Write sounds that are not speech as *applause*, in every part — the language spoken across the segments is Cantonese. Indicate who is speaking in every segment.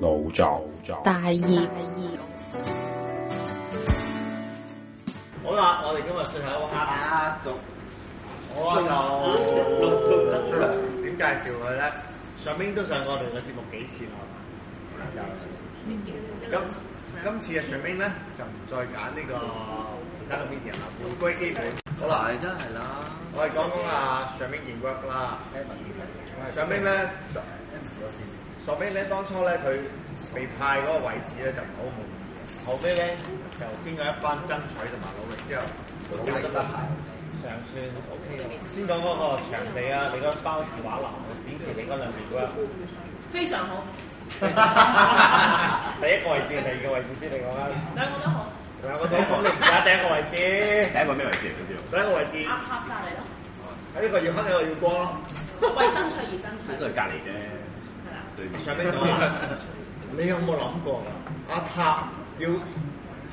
Speaker 1: 腦作。
Speaker 2: 大業
Speaker 3: 好啦，我哋今日最後一個客啦，仲我就點介紹佢咧？上邊都上過我哋嘅節目幾次啦，有今今次嘅上邊咧就唔再揀呢個其他嘅 media 啦，回歸基本。好啦，
Speaker 4: 係啦係啦，
Speaker 3: 我哋講講啊上邊件 work 啦，上邊咧上邊咧當初咧佢被派嗰個位置咧就唔好滿意嘅，後尾咧就經過一番爭取同埋努力之後，都解得牌。尚算 OK 嘅。先講嗰個場地啊，你嗰包字畫廊，我展示你嗰兩件 work。
Speaker 5: 非常好，
Speaker 3: 第一個位置定第二個位置先嚟講啦。
Speaker 5: 兩個都好，
Speaker 3: 嗱，我講講你而家第一個位置，
Speaker 4: 第一個咩位置嚟嘅？
Speaker 3: 第一個位置
Speaker 5: 啱啱隔離
Speaker 3: 喺呢個要黑，呢個要光咯。
Speaker 5: 咯，為爭取而爭
Speaker 4: 呢
Speaker 5: 取，
Speaker 4: 個係隔離啫，
Speaker 5: 係啦，
Speaker 4: 對面。
Speaker 3: 上邊講啊你有冇諗過㗎？阿塔要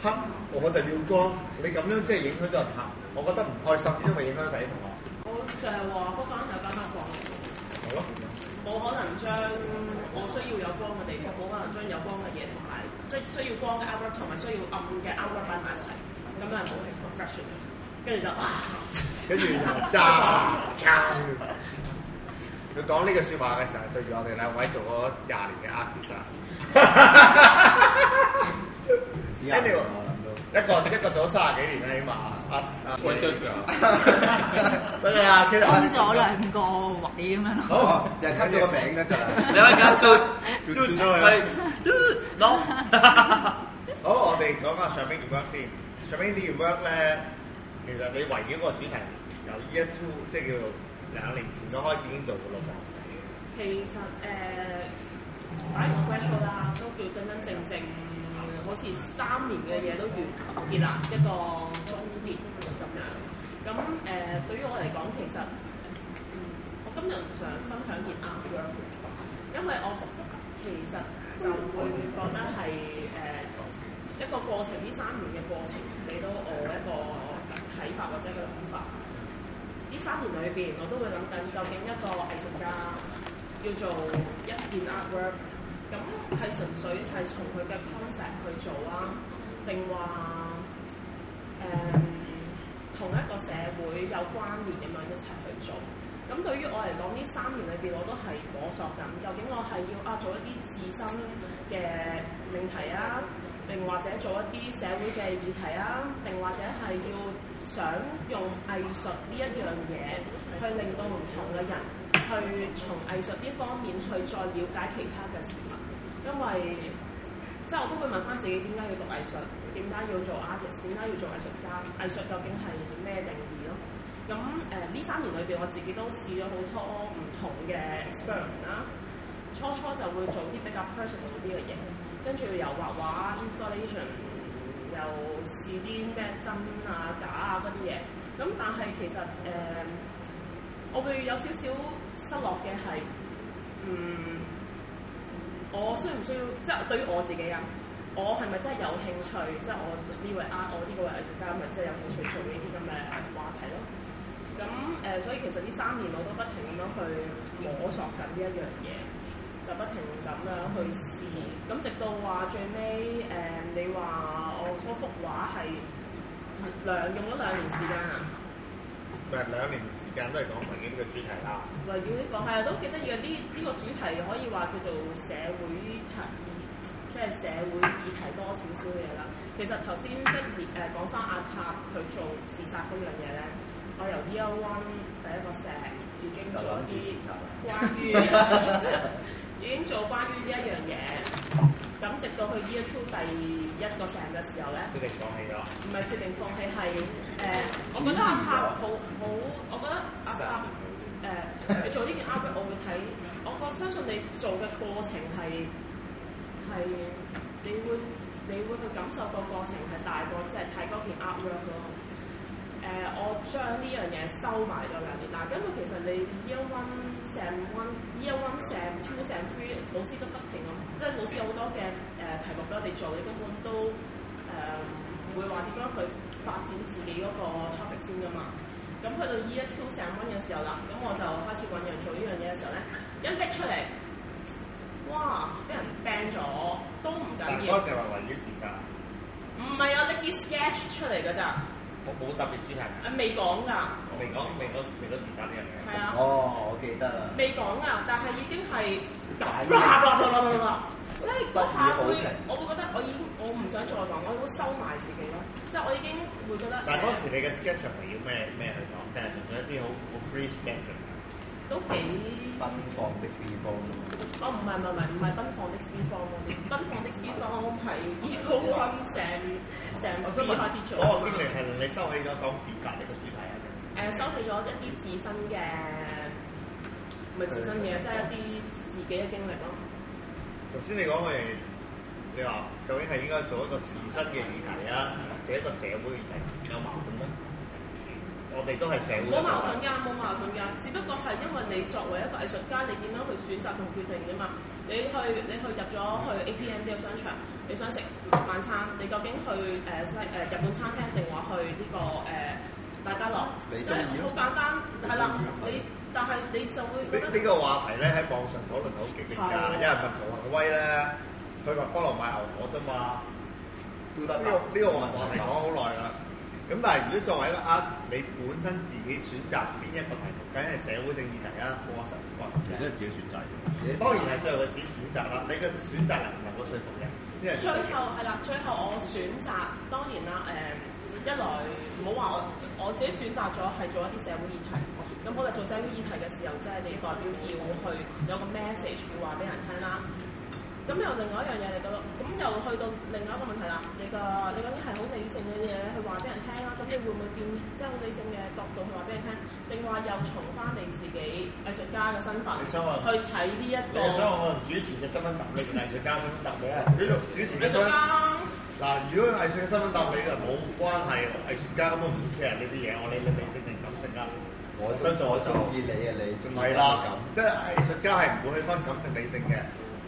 Speaker 3: 黑，我就要光，你咁樣即係影響咗阿塔，我覺得唔開心，因為影響咗第一同學。
Speaker 5: 我就係話嗰個人有咁嘅光，
Speaker 3: 好咯，
Speaker 5: 冇可能將我需要有光嘅地方，冇可能將有光嘅嘢同埋即係需要光嘅 outlet 同埋需要暗嘅 outlet 擺埋一齊，咁樣係冇 professional。跟住就哇，
Speaker 3: 跟住就炸撐。佢講呢句説話嘅時候，對住我哋兩位做咗廿年嘅 artist 啊。Anyway，一個一個做咗三十幾年啦，起碼啊啊， *laughs* 得啦，Kira，啊
Speaker 2: 分咗兩個位咁樣咯。
Speaker 3: 好，啊就係 cut 咗個名得㗎啦。
Speaker 4: 你咪搞到
Speaker 3: 嘟
Speaker 4: 嘟
Speaker 3: 嘟
Speaker 4: 嘟
Speaker 3: 咗佢
Speaker 4: 嘟攞，
Speaker 3: 好，我哋講下上邊件 work 先。上邊呢件 work 咧，其實你圍繞個主題由 year two，即係叫做兩年前都開始已經做嘅咯喎。
Speaker 5: 其實誒呃嗯擺個 question 啦，都叫真真正正好似三年嘅嘢都完結啦，一個終結咁樣。咁誒、呃，對於我嚟講，其實、嗯、我今日唔想分享件 artwork，因為我其實就會覺得係誒、一個過程，呢三年嘅過程俾到我一個睇法或者一個諗法。呢三年裏邊，我都會諗緊究竟一個藝術家要做一件 artwork，咁係純粹係從佢嘅 concept 去做啊，定話誒同一個社會有關聯咁樣一齊去做？咁對於我嚟講，呢三年裏邊我都係摸索緊，究竟我係要啊做一啲自身嘅命題啊，定或者做一啲社會嘅議題啊，定或者係要想用藝術呢一樣嘢去令到唔同嘅人去從藝術呢方面去再了解其他嘅事物，因為即係我都會問翻自己點解要讀藝術，點解要做 artist，點解要做藝術家，藝術究竟係咩定義咯？咁誒呢三年裏邊，我自己都試咗好多唔同嘅 experiment 啦。初初就會做啲比較 personal 啲嘅嘢，跟住又畫畫 installation，又試啲咩真啊假啊嗰啲嘢。咁但係其實誒、呃我會有少少失落嘅係，嗯。我需唔需要即係對於我自己啊？我係咪真係有興趣？即係我呢位啊，我呢個藝術家咪真係有興趣做呢啲咁嘅呃話題咯。咁誒、呃所以其實呢三年我都不停咁樣去摸索緊呢一樣嘢，就不停咁樣去試。咁直到話最尾誒、呃你話我嗰幅畫係兩用咗兩年時間啊，
Speaker 3: 但係兩年時間都係講圍繞呢個主題啦。
Speaker 5: 圍繞呢個係啊，都幾得意嘅呢呢個主題可以話叫做社會題，即係社會議題多少少嘅嘢啦。其實頭先即係誒講翻阿塔佢做自殺嗰樣嘢咧，我由 Year One 第一個石已經做一啲關於已經做關於呢 *laughs* 一樣嘢，咁直到去 Year Two 第一個石嘅時候咧。
Speaker 3: 決定放棄咗。
Speaker 5: 唔係決定放棄係誒，我覺得阿塔好好，我覺得阿塔呃誒，你做呢件 artwork 我會睇，我覺相信你做嘅過程係係你會你會去感受個過程係大過即係睇嗰件 artwork 咯。誒、我將呢樣嘢收埋咗兩年啦，因為其實你 year one、sem one、year one、sem two、sem three 老師都不停咁，啊即係老師有好多嘅誒、題目俾我哋做，你根本都〜誒、唔會話點樣去發展自己嗰個 topic 先噶嘛。咁去到 year two 成蚊嘅時候啦，咁我就開始揾人做呢樣嘢嘅時候咧，一拎出嚟，哇！俾人 ban 咗，要。
Speaker 3: 嗰時話圍繞自殺，
Speaker 5: 唔係啊，你啲 sketch 出嚟㗎咋，啊
Speaker 4: 我冇特別專題，
Speaker 3: 嗯
Speaker 5: 未講㗎，
Speaker 4: 我未講未講未講自殺呢樣嘢。
Speaker 5: 係啊。
Speaker 1: 哦，我記得啦。
Speaker 5: 未講啊，但係已經係咁
Speaker 1: 解
Speaker 5: 啦啦啦啦啦啦，即係嗰下
Speaker 1: 不以
Speaker 5: 會
Speaker 1: 好評，
Speaker 5: 我會覺得我已經我唔想再講，我會收埋自己咯。即係我已經會覺得
Speaker 3: 但係嗰時你嘅 sketch 係要咩咩去講，定係純粹一啲好好 free sketch 嚟㗎
Speaker 5: 都幾，
Speaker 1: 奔放的 free fall
Speaker 5: 我唔係唔係唔係唔係奔放的 free form 咯，奔放的 free form 係要温成成
Speaker 3: 我想問
Speaker 5: free
Speaker 3: 哦
Speaker 5: 開始做。
Speaker 3: 嗰個經歷係你收起咗講自殺呢個主題啊？
Speaker 5: 誒、收起咗一啲自身嘅，唔係自身嘅，即係一啲自己嘅經歷咯。
Speaker 3: 頭先你講我哋，你話究竟係應該做一個自身嘅議題啊，定一個社會議題有矛盾咩？我哋都係社會
Speaker 5: 冇矛盾㗎，冇矛盾㗎，只不過係因為你作為一個藝術家，你點樣去選擇同決定㗎嘛？你去你去入咗去 APM 呢個商場，你想食晚餐，你究竟去誒西誒呃日本餐廳定話去呢、個誒、大家樂？
Speaker 1: 你
Speaker 5: 即
Speaker 1: 中
Speaker 5: 係
Speaker 3: 啊
Speaker 1: 意咯
Speaker 5: 好簡單，係啦
Speaker 1: 你中意咯，
Speaker 5: 你但係你就會
Speaker 3: 呢
Speaker 5: 覺
Speaker 3: 呢
Speaker 5: 得
Speaker 3: 個話題咧喺網上討論好激烈㗎，有人問曹恒威咧，去麥當勞買牛河啫嘛，
Speaker 1: 都
Speaker 3: 呢
Speaker 1: 得
Speaker 3: 個
Speaker 1: 㗎。
Speaker 3: 呢個話題講咗好耐啦。咁但係如果作為一個 art，你本身自己選擇邊一個題目，梗係社會性議題啊，冇話實唔話
Speaker 4: 其實都係自己選擇嘅。
Speaker 1: 呢
Speaker 3: 當然係最後佢自己選擇啦，你嘅選擇能唔能夠說服人，先係
Speaker 5: 最後係啦，最後我選擇當然啦，誒、一來唔好話我我自己選擇咗係做一啲社會議題，咁我哋做社會議題嘅時候，即係你代表要去有個 message 要話俾人聽啦。
Speaker 3: 嗯
Speaker 5: 咁又另外一樣嘢嚟到，咁又去到另外一個問題啦。你個你究竟係好理性嘅嘢去話俾人聽啦，咁你會唔會變即係好理性嘅角度去話俾人聽，定話又從翻你自己藝術家嘅身份
Speaker 3: 你想話
Speaker 5: 去睇呢一
Speaker 3: 你
Speaker 5: 個
Speaker 3: 係想我主持嘅身份答你，定係藝術家身份答你啊？呢度主持嘅
Speaker 5: 藝術
Speaker 3: 身份
Speaker 5: 家？
Speaker 3: 嗱，如果藝術嘅身份答你就冇關係，藝術家根本唔 care 呢啲嘢，我理你理性定感性啦。
Speaker 1: 我
Speaker 3: 想做
Speaker 1: 我
Speaker 3: 我
Speaker 1: 中
Speaker 3: 做
Speaker 1: 意你啊，你中意我
Speaker 3: 唔係啦，
Speaker 1: 咁。
Speaker 3: 即係藝術家係唔會去分感性理性嘅。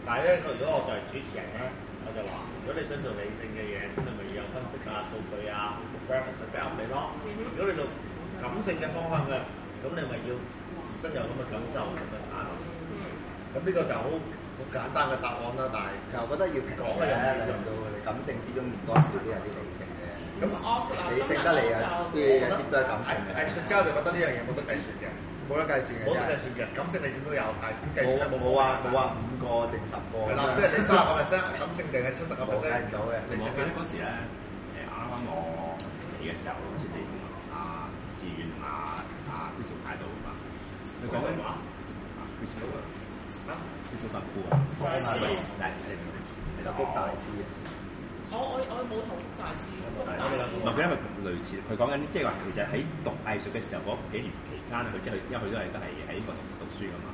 Speaker 3: 但係咧，如果我作為主持人咧，我就話：如果你想做理性嘅嘢，咁你咪要有分析啊、數據啊、reference 俾合理咯。如果你做感性嘅方向嘅，咁你咪要自身有咁嘅感受咁樣打落去。咁呢個就好好簡單嘅答案啦，但係。
Speaker 1: 其實我覺得要平
Speaker 3: 講
Speaker 1: 衡
Speaker 3: 嘅
Speaker 1: 嘅，
Speaker 3: 有啲
Speaker 1: 兩到你感性之中唔多少都有啲理性嘅。
Speaker 3: 咁
Speaker 5: 我
Speaker 1: 理性得嚟啊，都要有啲都係感性嘅。
Speaker 3: 藝術家就覺得呢樣嘢冇得計算嘅，
Speaker 1: 冇得計算嘅
Speaker 3: 冇得計
Speaker 1: 真係。
Speaker 3: 算嘅，感性理性都有，但係點計
Speaker 1: 冇
Speaker 3: 算
Speaker 1: 冇話冇話五個定十個。
Speaker 3: 係啦，即係你三十個 percent 感性定係七十個
Speaker 1: 冇計
Speaker 3: percent
Speaker 1: 唔到嘅
Speaker 3: 理
Speaker 4: 我
Speaker 3: 性
Speaker 4: 記得嗰時咧，誒啱啱我嚟嘅時候，好似你同阿志遠同阿阿 Crystal 喺度啊嘛，你講緊話啊 Crystal 啊
Speaker 3: 嚇，
Speaker 4: ，Crystal 辛苦啊，
Speaker 1: 大師
Speaker 4: 大師你唔識，你
Speaker 1: 就激大師。
Speaker 5: 我我我冇同大師谷大師
Speaker 4: 唔係佢因為佢類似，佢講緊即係話其實喺讀藝術嘅時候嗰幾年期間佢即係因為佢都係都係喺英國讀讀書噶嘛。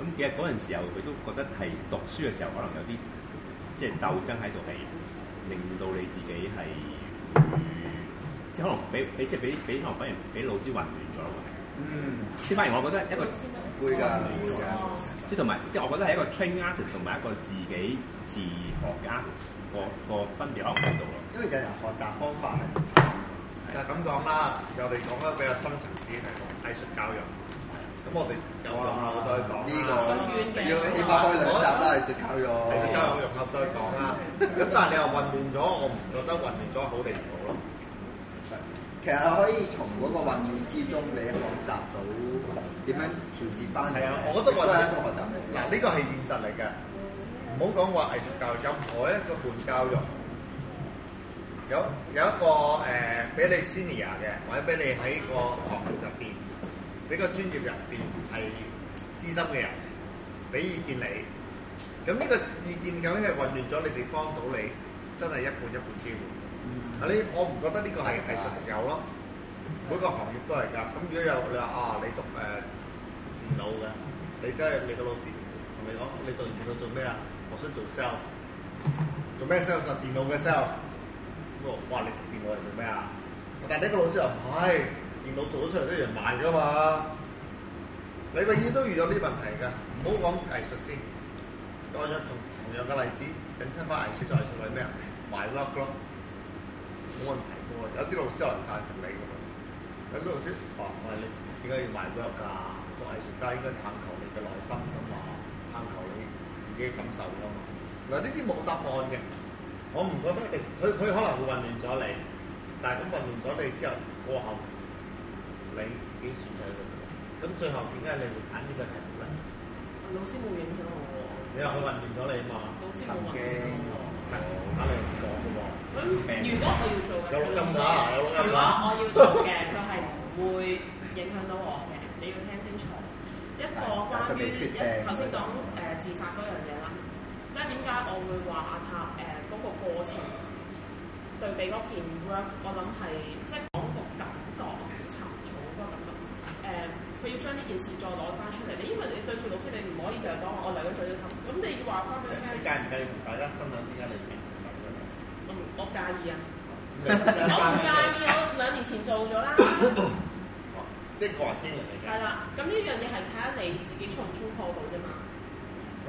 Speaker 4: 咁其實嗰陣時候佢都覺得係讀書嘅時候可能有啲即係鬥爭喺度係令到你自己係會即係可能俾俾即係俾俾可能反而俾老師混亂咗喎。
Speaker 1: 嗯，
Speaker 4: 即係反而我覺得一個。
Speaker 1: 會㗎會㗎。
Speaker 4: 即係同埋，即係我覺得係一個 train artist 同埋一個自己自學嘅 artist 個個分別可能喺度咯。
Speaker 1: 因為有人學習方法係
Speaker 3: 就咁講啦，我哋講得比較深層次嘅藝術教育。咁我哋有
Speaker 1: 哇
Speaker 3: 容後再講啦
Speaker 1: 呢個要起碼開兩集啦，藝術教育。
Speaker 3: 藝術教育容後再講啦。咁但係你又混亂咗，我唔覺得混亂咗係好定唔好咯。
Speaker 1: 其實可以從嗰個混亂之中，你學習到點樣調節翻嚟。
Speaker 3: 係啊，我覺得
Speaker 1: 都
Speaker 3: 混
Speaker 1: 係
Speaker 3: 亂
Speaker 1: 一種學習嚟嘅。
Speaker 3: 嗱，呢個係現實嚟嘅，唔好講話藝術教育，任何一個半教育，有有一個誒俾、你 senior 嘅，或者俾你喺個行業入邊，俾個專業入邊係資深嘅人俾意見你，咁呢個意見究竟係混亂咗，你哋幫到你，真係一半一半機會。
Speaker 1: 嗯
Speaker 3: 嗱，呢我唔覺得呢個係藝術有咯，每個行業都係㗎。咁如果有你話啊，你讀誒、電腦嘅，你真係你個老師同你講，你做電腦做咩啊？我想做 sales，做咩 sales 啊？電腦嘅 sales。咁我哇，你讀電腦嚟做咩啊？但係呢個老師又唔係，電腦做咗出嚟都要人賣㗎嘛。你永遠都遇到呢啲問題㗎，唔好講藝術先。我有同同樣嘅例子，引申翻藝術就係所謂咩啊？賣 work 咯。冇問題嘅喎，有啲老師可能贊成你嘅喎，有啲老師話：喂，你點解要賣 work 㗎？個藝術家應該探求你嘅內心㗎嘛，探求你自己嘅感受㗎嘛。嗱，呢啲冇答案嘅，我唔覺得你，佢佢可能會混亂咗你，但係咁混亂咗你之後，過後你自己選擇嘅。咁最後點解你會揀呢個題目咧？
Speaker 5: 老師冇影響我
Speaker 3: 你話佢混亂咗你嘛？
Speaker 5: 喎，老師冇話影響我。
Speaker 3: 唔係我打你講嘅喎。
Speaker 5: 咁如果我要做嘅，
Speaker 3: 嗯有錄音㗎有錄音㗎
Speaker 5: 如果我要做嘅，就係唔會影響到我嘅，你要聽清楚。一個關於一頭先講誒自殺嗰樣嘢啦，即係點解我會話阿塔誒嗰個過程對比嗰件 work，我諗係即係講個感覺沉重嗰個感覺。誒、佢要將呢件事再攞翻出嚟，你因為你對住老師，你唔可以就係講我嚟緊做呢頭，咁你要話翻俾佢
Speaker 3: 你
Speaker 5: 聽
Speaker 3: 介， *laughs* 唔介意同大家分享點解你決定咁樣？
Speaker 5: 我唔嗯我介意啊。我
Speaker 3: 我
Speaker 5: 唔介意，我兩年前做咗啦，係
Speaker 3: 即係個人經歷嚟嘅。
Speaker 5: 啦。咁呢樣嘢係睇下你自己衝唔衝破到啫嘛。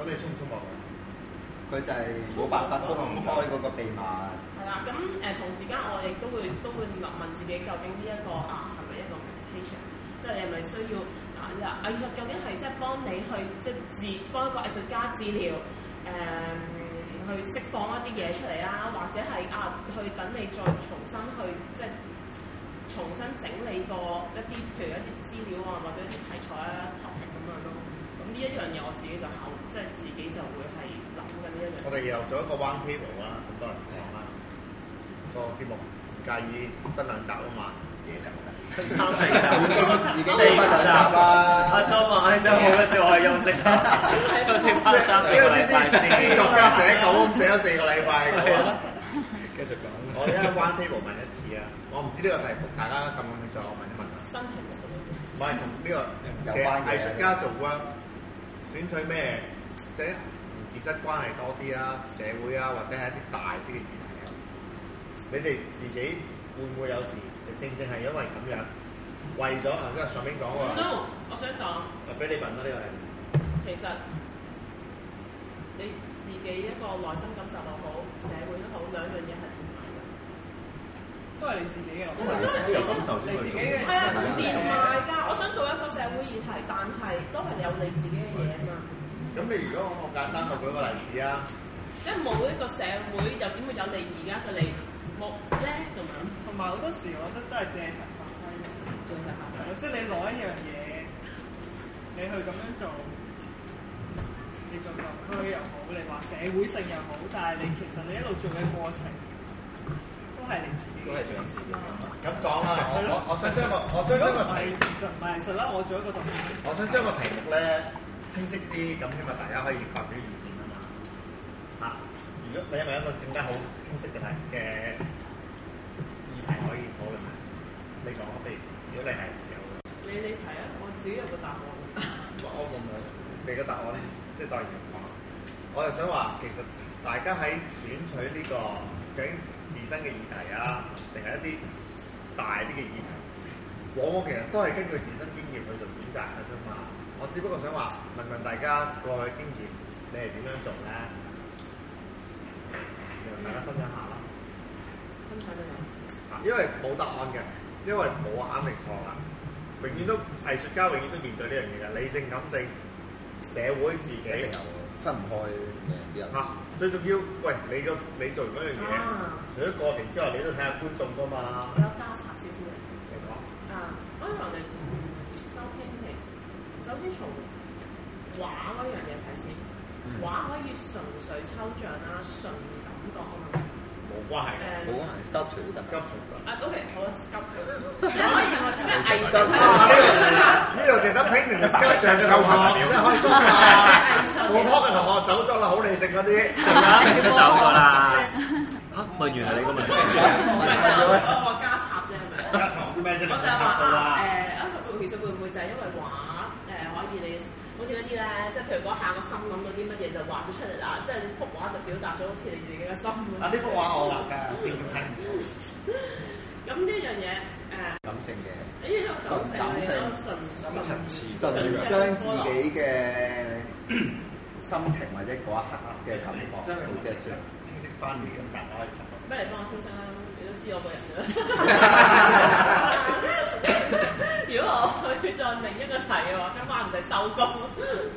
Speaker 3: 咁你衝唔啊衝落去？
Speaker 1: 佢就係冇辦法公開嗰個秘密，
Speaker 5: 係啦，咁誒、同時間我亦都會都會問問自己究竟呢、一個啊係咪一個 meditation，即係你係咪需要啊你話藝術究竟係即係幫你去即係治幫一個藝術家治療誒、呃去釋放一啲嘢出嚟啦，或者係啊去等你再重新去即係重新整理過一啲譬如一啲資料啊或者一啲題材啊 topic 咁樣咯。咁呢一樣嘢我自己就考即係自己就會係諗緊呢一樣嘢
Speaker 3: 我。哋又做一個 round table 啦，咁多人講啦。個節目唔介意分兩集啊嘛，
Speaker 4: 嘢就得。
Speaker 3: 分三四
Speaker 1: 已
Speaker 3: 集。
Speaker 1: 經已經冇乜兩集啦。
Speaker 6: 周末你真係冇得做，我休息下，休息翻三四個禮拜
Speaker 3: 啲
Speaker 6: 先
Speaker 3: 作。家寫稿寫咗四個禮拜，
Speaker 6: 係啊，繼續講。
Speaker 3: 我而家 round table 問一次啊，我唔知呢個題目大家咁興趣，我問一問啊。
Speaker 5: 新題目咁樣。
Speaker 3: 唔係同呢個嘅藝術家做 work，選取咩即係自身關係多啲啊，社會啊，或者係一啲大啲嘅議題啊。你哋自己會唔會有時就正正係因為咁樣，為咗頭先上面講過，
Speaker 5: No，我想講，
Speaker 3: 啊俾你問啦呢個係
Speaker 5: 其實你自己一個內心感受又好，社會都好，兩樣嘢係連埋嘅。
Speaker 7: 都係你自己嘅，
Speaker 4: 因為你自己有感受先去做。
Speaker 5: 係啊，連埋㗎。我想做一個社會議題，但係都係有你自己嘅嘢啊嘛。
Speaker 3: 咁你如果我簡單我舉個例子啊，
Speaker 5: 即係冇一個社會，又點會有你而家嘅你冇咧咁樣？
Speaker 7: 同埋好多時我覺得都係借題發揮，
Speaker 5: 最大下
Speaker 7: 係咯，即係你攞一樣嘢，你去咁樣做，你做舊區又好，你話社會性又好，但係你其實你一路做嘅過程都係你自己
Speaker 6: 都
Speaker 7: 嘅
Speaker 6: 係。做緊自己嘅。
Speaker 3: 咁講啦，我我我想將個我
Speaker 7: 如果
Speaker 3: 將將
Speaker 7: 唔
Speaker 3: 個
Speaker 7: 係
Speaker 3: 題，
Speaker 7: 就唔係藝術啦，我做一個動畫。
Speaker 3: 我想將個題目咧清晰啲，咁希望大家可以發表意見啊嘛。嚇、如果你係咪一個更加好清晰嘅題嘅議題可以討論啊？你講，譬如如果你係有，
Speaker 5: 你你提啊，我自己有個答案。
Speaker 3: 我冇冇你嘅答案咧，即係當然講。我就想話，其實大家喺選取呢、個究竟自身嘅議題啊，定係一啲大啲嘅議題，往往其實都係根據自身經驗去做選擇嘅啫嘛。我只不過想話問問大家過去經驗，你係點樣做咧？你同大家分享下啦。
Speaker 5: 分享你啊
Speaker 3: 啊，因為冇答案嘅，因為冇啱定錯啦，永遠都藝術家永遠都面對呢樣嘢嘅，理性、感性、社會、自
Speaker 1: 一定
Speaker 3: 己
Speaker 1: 有分唔開嘅啲人
Speaker 3: 嚇、。最重要，喂，你個你做完嗰樣嘢，
Speaker 5: 啊
Speaker 3: 除咗過程之外，你都睇下觀眾噶嘛
Speaker 5: 我，有加插少少嘅。
Speaker 3: 你講
Speaker 5: 啊，可能你收編期，首先從畫嗰樣嘢睇先，畫可以純粹抽象啦，純感覺啊嘛。
Speaker 3: 冇關係
Speaker 5: 誒、
Speaker 3: 嘅，
Speaker 1: 好啊，stop 除都得
Speaker 3: 急。從
Speaker 5: 啊，OK，好啊，stop 你可以用即係藝術
Speaker 3: *laughs*
Speaker 5: 啊 *laughs*
Speaker 3: 呢度值得評定嘅急上嘅同學，即係可以多
Speaker 5: *laughs*
Speaker 3: 下。冇拖嘅同學走咗啦，好理性嗰啲。
Speaker 6: 你都走過啦。嚇，問完係你個問題。
Speaker 5: 唔係即係我我加插啫，係咪？
Speaker 3: 家藏咩啫？你唔
Speaker 5: 我就係話
Speaker 3: 插到
Speaker 5: 啊
Speaker 3: 啦。
Speaker 5: 誒，啊其實會唔會就係因為畫誒、可以你好似嗰啲咧，即係譬如講下個心諗到啲乜嘢就畫咗出嚟啦，即係幅畫就表達咗好似你自己嘅心咁。
Speaker 3: 啊！呢幅畫我畫㗎，點睇唔到？
Speaker 5: 咁呢樣嘢誒。
Speaker 1: 感性嘅，
Speaker 5: 呢一個感性係一個純純層次
Speaker 1: 盡將自己嘅 *clears throat* 心情或者嗰一刻嘅感覺
Speaker 3: 將
Speaker 1: 好
Speaker 3: 隻
Speaker 1: 隻出嚟。
Speaker 3: 清晰翻嚟咁，大家可以
Speaker 5: 不如你幫我超生啦，你都知我個人啦。如果我去再另一個題嘅話，今晚唔使收工。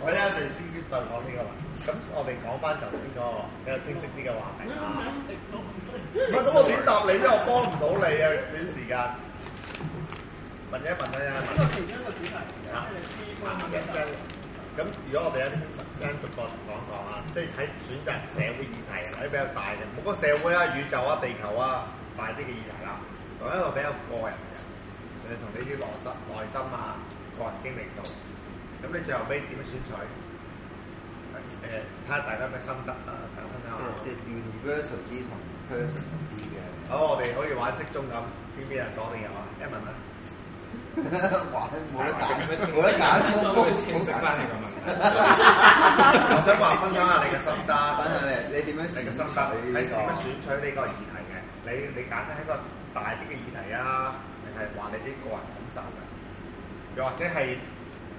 Speaker 3: 我一陣先就講呢個話題。咁我哋講翻頭先嗰個比較清晰啲嘅話題啦。
Speaker 7: 你
Speaker 3: 唔係咁，我點答你啫？我幫唔到你啊！短時間問一問啊，
Speaker 7: 呢
Speaker 3: 問一問
Speaker 7: 個其中一個主題，即係 B 方
Speaker 3: 咁
Speaker 7: 面嘅。
Speaker 3: 咁如果我哋一間逐個講講啊，即係喺選擇社會議題或者比較大嘅，冇講社會啊、宇宙啊、地球啊，大啲嘅議題啦，同一個比較個人嘅，誒同你啲內心、內心啊、個人經歷度，咁你最後尾點樣選取？誒睇下大家有咩心得啊，大家分享下。
Speaker 1: 即係 universal 啲同 personal 啲嘅，
Speaker 3: 好，我哋可以玩適中咁，邊邊人講定人啊？一問啊！
Speaker 1: *laughs* 玩冇得揀，冇得揀，
Speaker 6: 我會清晰翻你個問題。
Speaker 3: 我想話分享下你嘅心得。
Speaker 1: 反正你你點樣
Speaker 3: 你
Speaker 1: 選
Speaker 3: 嘅心得，
Speaker 1: 取
Speaker 3: 你
Speaker 1: 呢
Speaker 3: 點樣選
Speaker 1: 個？
Speaker 3: 取呢個議題嘅？你你揀得係一個大啲嘅議題啊，定係話你啲個人感受嘅？又或者係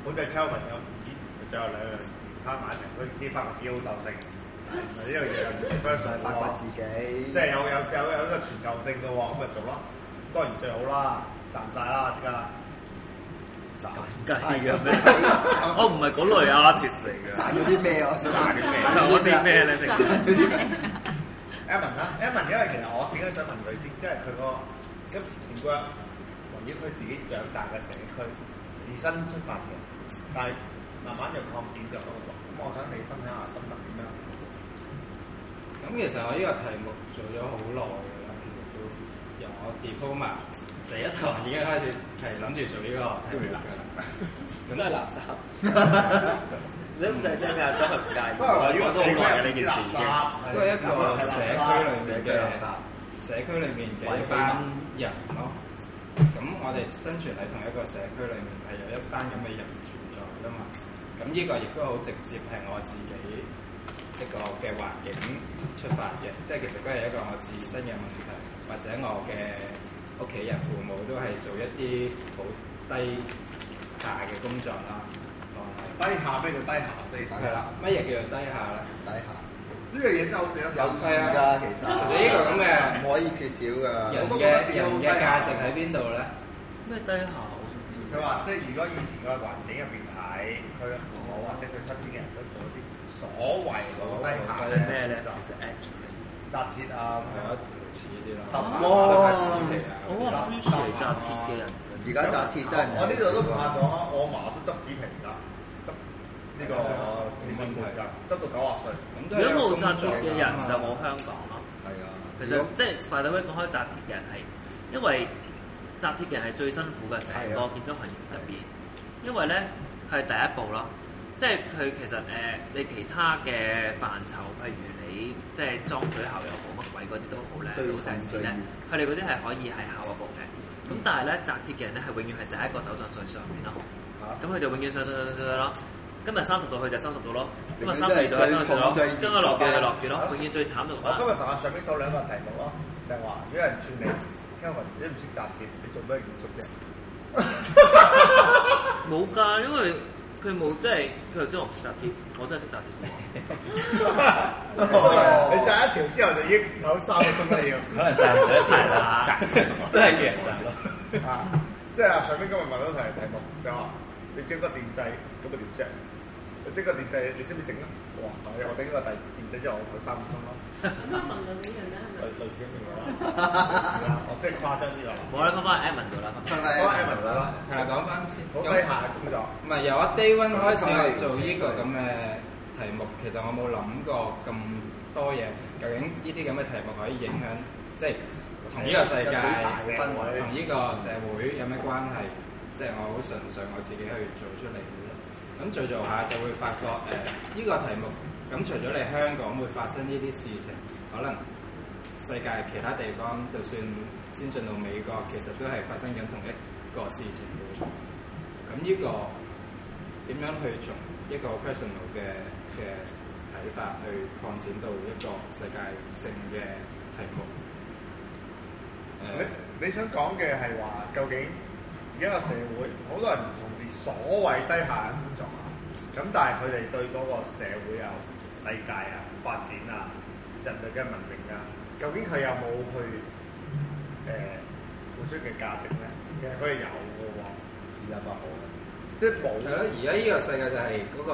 Speaker 3: 好似 Kelvin 咁，咦，最後兩樣攤埋一齊，佢知發覺自己好受性，呢樣嘢又 f i r
Speaker 1: 想發掘自己，
Speaker 3: 即係有有有有一個全球性嘅喎，咁咪做咯，當然最好啦，賺晒啦即刻。
Speaker 1: 賺
Speaker 6: 梗係
Speaker 1: 嘅
Speaker 6: *laughs*
Speaker 1: 咩？
Speaker 6: 我哦唔係嗰類 artist 嚟嘅。
Speaker 1: 賺咗啲咩啊？
Speaker 6: 賺啲咩？賺咗啲咩咧？定
Speaker 2: 係
Speaker 3: Evan 啦，Evan 啊因為其實我點解想問佢先，即係佢個今時見過圍繞佢自己長大嘅社區，自身出發嘅，但係慢慢就擴展咗嗰個。咁我想你分享下心得點樣？
Speaker 8: 咁其實我呢個題目做咗好耐㗎啦，其實都由我 diploma 第一堂已經開始係諗住做呢個題目㗎啦，
Speaker 6: 咁都係垃圾。你唔使聲㗎，真係唔介意。
Speaker 3: 圍
Speaker 6: 我
Speaker 3: 繞
Speaker 6: 講咗好耐嘅呢件事已經。
Speaker 8: 都係一個社區裏面嘅社區裏面嘅一班人咯。咁我哋生存喺同一個社區裏面係有一班咁嘅人存在㗎嘛。咁呢個亦都好直接係我自己一個嘅環境出發嘅，即係其實都係一個我自身嘅問題，或者我嘅屋企人父母都係做一啲好低下嘅工作啦。當係
Speaker 3: 低下咩叫低下先？
Speaker 8: 係啦，乜嘢叫做低下咧？
Speaker 1: 底下
Speaker 3: 呢樣嘢真係好值得
Speaker 1: 有
Speaker 3: 有。
Speaker 1: 意義㗎，其實
Speaker 8: 其實呢個咁嘅
Speaker 3: à.
Speaker 1: 唔可以缺少㗎。
Speaker 8: 人嘅人嘅價值喺邊度咧？
Speaker 6: 咩低下？我想知。
Speaker 3: 佢話即係如果以前個環境入邊睇，佢嘅父母或者佢身邊嘅人都做啲所謂嗰個低下
Speaker 8: 所謂
Speaker 3: 嘅
Speaker 8: 嗰啲
Speaker 6: 咩咧？
Speaker 3: 就
Speaker 6: 其實 actually，
Speaker 3: 紮鐵啊，
Speaker 8: 係咯，類似呢啲啦。
Speaker 3: 揼啊
Speaker 1: 哇
Speaker 8: 真係似皮啊！
Speaker 6: 我 appreciate 紮鐵嘅人。
Speaker 1: 而家紮鐵真係唔
Speaker 3: 我呢度都唔怕講，啊我阿嫲都執紙皮㗎，執呢個電信盤㗎，執到九啊歲。
Speaker 8: 咁都係
Speaker 6: 如
Speaker 8: 一個
Speaker 6: 果冇
Speaker 8: 工
Speaker 6: 紮鐵
Speaker 8: 作
Speaker 6: 嘅人就冇香港咯。
Speaker 1: 係啊，
Speaker 6: 其實即係快啲講開紮鐵嘅人係，因為紮鐵嘅人係最辛苦嘅成個
Speaker 1: 啊
Speaker 6: 建築行業入邊，因為咧佢係第一步咯，即係佢其實誒、呃你其他嘅範疇，譬如你即係裝水喉又好乜鬼嗰啲都好咧，
Speaker 1: 最
Speaker 6: 老石屎咧，佢哋嗰啲係可以係下一步嘅。
Speaker 1: 嗯
Speaker 6: 咁但係咧紮鐵嘅人咧係永遠係第一個走上水上面咯，咁佢就永遠上上上上上咯。今日三十度佢就三十度咯，今日三十二度佢三十度咯，今日落雨就落雨咯，永遠最慘就咁
Speaker 3: 我
Speaker 6: 啦
Speaker 3: 今。日同阿上面討兩個題目咯，就係話如果有人串你，Kevin 你唔識紮鐵，你做咩建築啫？
Speaker 6: 冇㗎，因為佢冇即係佢頭先我唔識紮鐵，我真係識紮鐵嘅
Speaker 3: 你紮一條之後就已經唞三個鐘啦要。
Speaker 6: 哦可能紮唔到鐵啦，
Speaker 8: 都係叫人賺咯。
Speaker 3: *laughs* 啊，即係阿上面今日問咗題題目就話你整個電掣咁咪點啫？你整個電掣你知唔知整啊？哇！我整個電電掣之後我唞三個鐘
Speaker 6: *laughs*
Speaker 3: 咯，
Speaker 5: 咁啊問兩啲人咧
Speaker 3: 類類似咁樣啦。係啦我即係誇張啲啊啦。
Speaker 6: 冇啦，翻返 Evan 度啦，
Speaker 1: 係
Speaker 3: 講
Speaker 1: 咪
Speaker 8: à?
Speaker 3: Evan 啦，
Speaker 8: 係啦，講翻先。
Speaker 3: 好低下嘅工作。
Speaker 8: 唔係由我 day one 開始我做呢個咁嘅題目，其實我冇諗過咁多嘢，究竟呢啲咁嘅題目可以影響即係同呢個世界、同呢個社會有咩關係？即係我好純粹我自己去做出嚟嘅啫。咁做做下就會發覺誒呢、個題目，咁除咗你香港會發生呢啲事情，可能世界其他地方就算先進到美國，其實都係發生緊同一個事情嘅喎。咁呢個點樣去從一個 personal 嘅嘅睇法去擴展到一個世界性嘅題目？誒、
Speaker 3: 你你想講嘅係話，究竟而家個社會好多人從事所謂低下嘅工作啊，咁但係佢哋對嗰個社會啊、世界啊、發展啊、人類嘅文明啊，究竟佢有冇去誒、付出嘅價值咧？其實佢係有嘅喎，
Speaker 1: 而家不好。
Speaker 3: 即係冇
Speaker 8: 係咯，而家呢個世界就係嗰個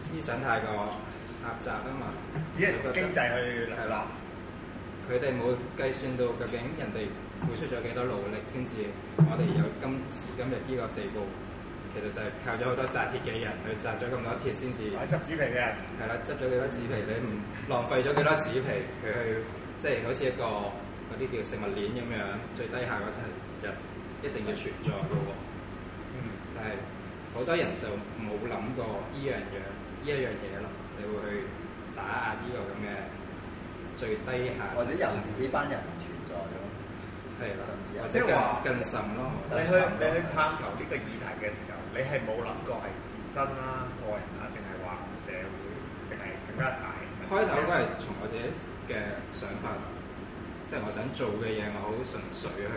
Speaker 8: 思想太過狹窄啊嘛。
Speaker 3: 只係從經濟去
Speaker 8: 係
Speaker 3: 量
Speaker 8: 啦
Speaker 3: 落。，
Speaker 8: 佢哋冇計算到究竟人哋付出咗幾多努力先至，我哋有今時今日呢個地步。其實就係靠咗好多紮鐵嘅人去紮咗咁多鐵先至，
Speaker 3: 買啊執紙皮嘅人，
Speaker 8: 係啦，執咗幾多紙皮，你唔浪費咗幾多紙皮，佢去即係好似一個嗰啲叫食物鏈咁樣，最低下嗰層人一定要存在嘅喎。
Speaker 3: 嗯，
Speaker 8: 但係好多人就冇諗過呢樣樣呢一樣嘢咯，你會去打壓呢個咁嘅最低下
Speaker 1: 或者人
Speaker 8: 層
Speaker 1: 呢班人唔存在咯，
Speaker 8: 係啦，或
Speaker 3: 啊即係
Speaker 8: 者
Speaker 3: 話
Speaker 8: 更更甚咯。
Speaker 3: 你去你去探求呢個議題嘅時候，你係冇諗過係自身啦、個人啦，定係話社會，定係更加大？
Speaker 8: 開頭都係從我自己嘅想法，即係我想做嘅嘢，我好純粹去，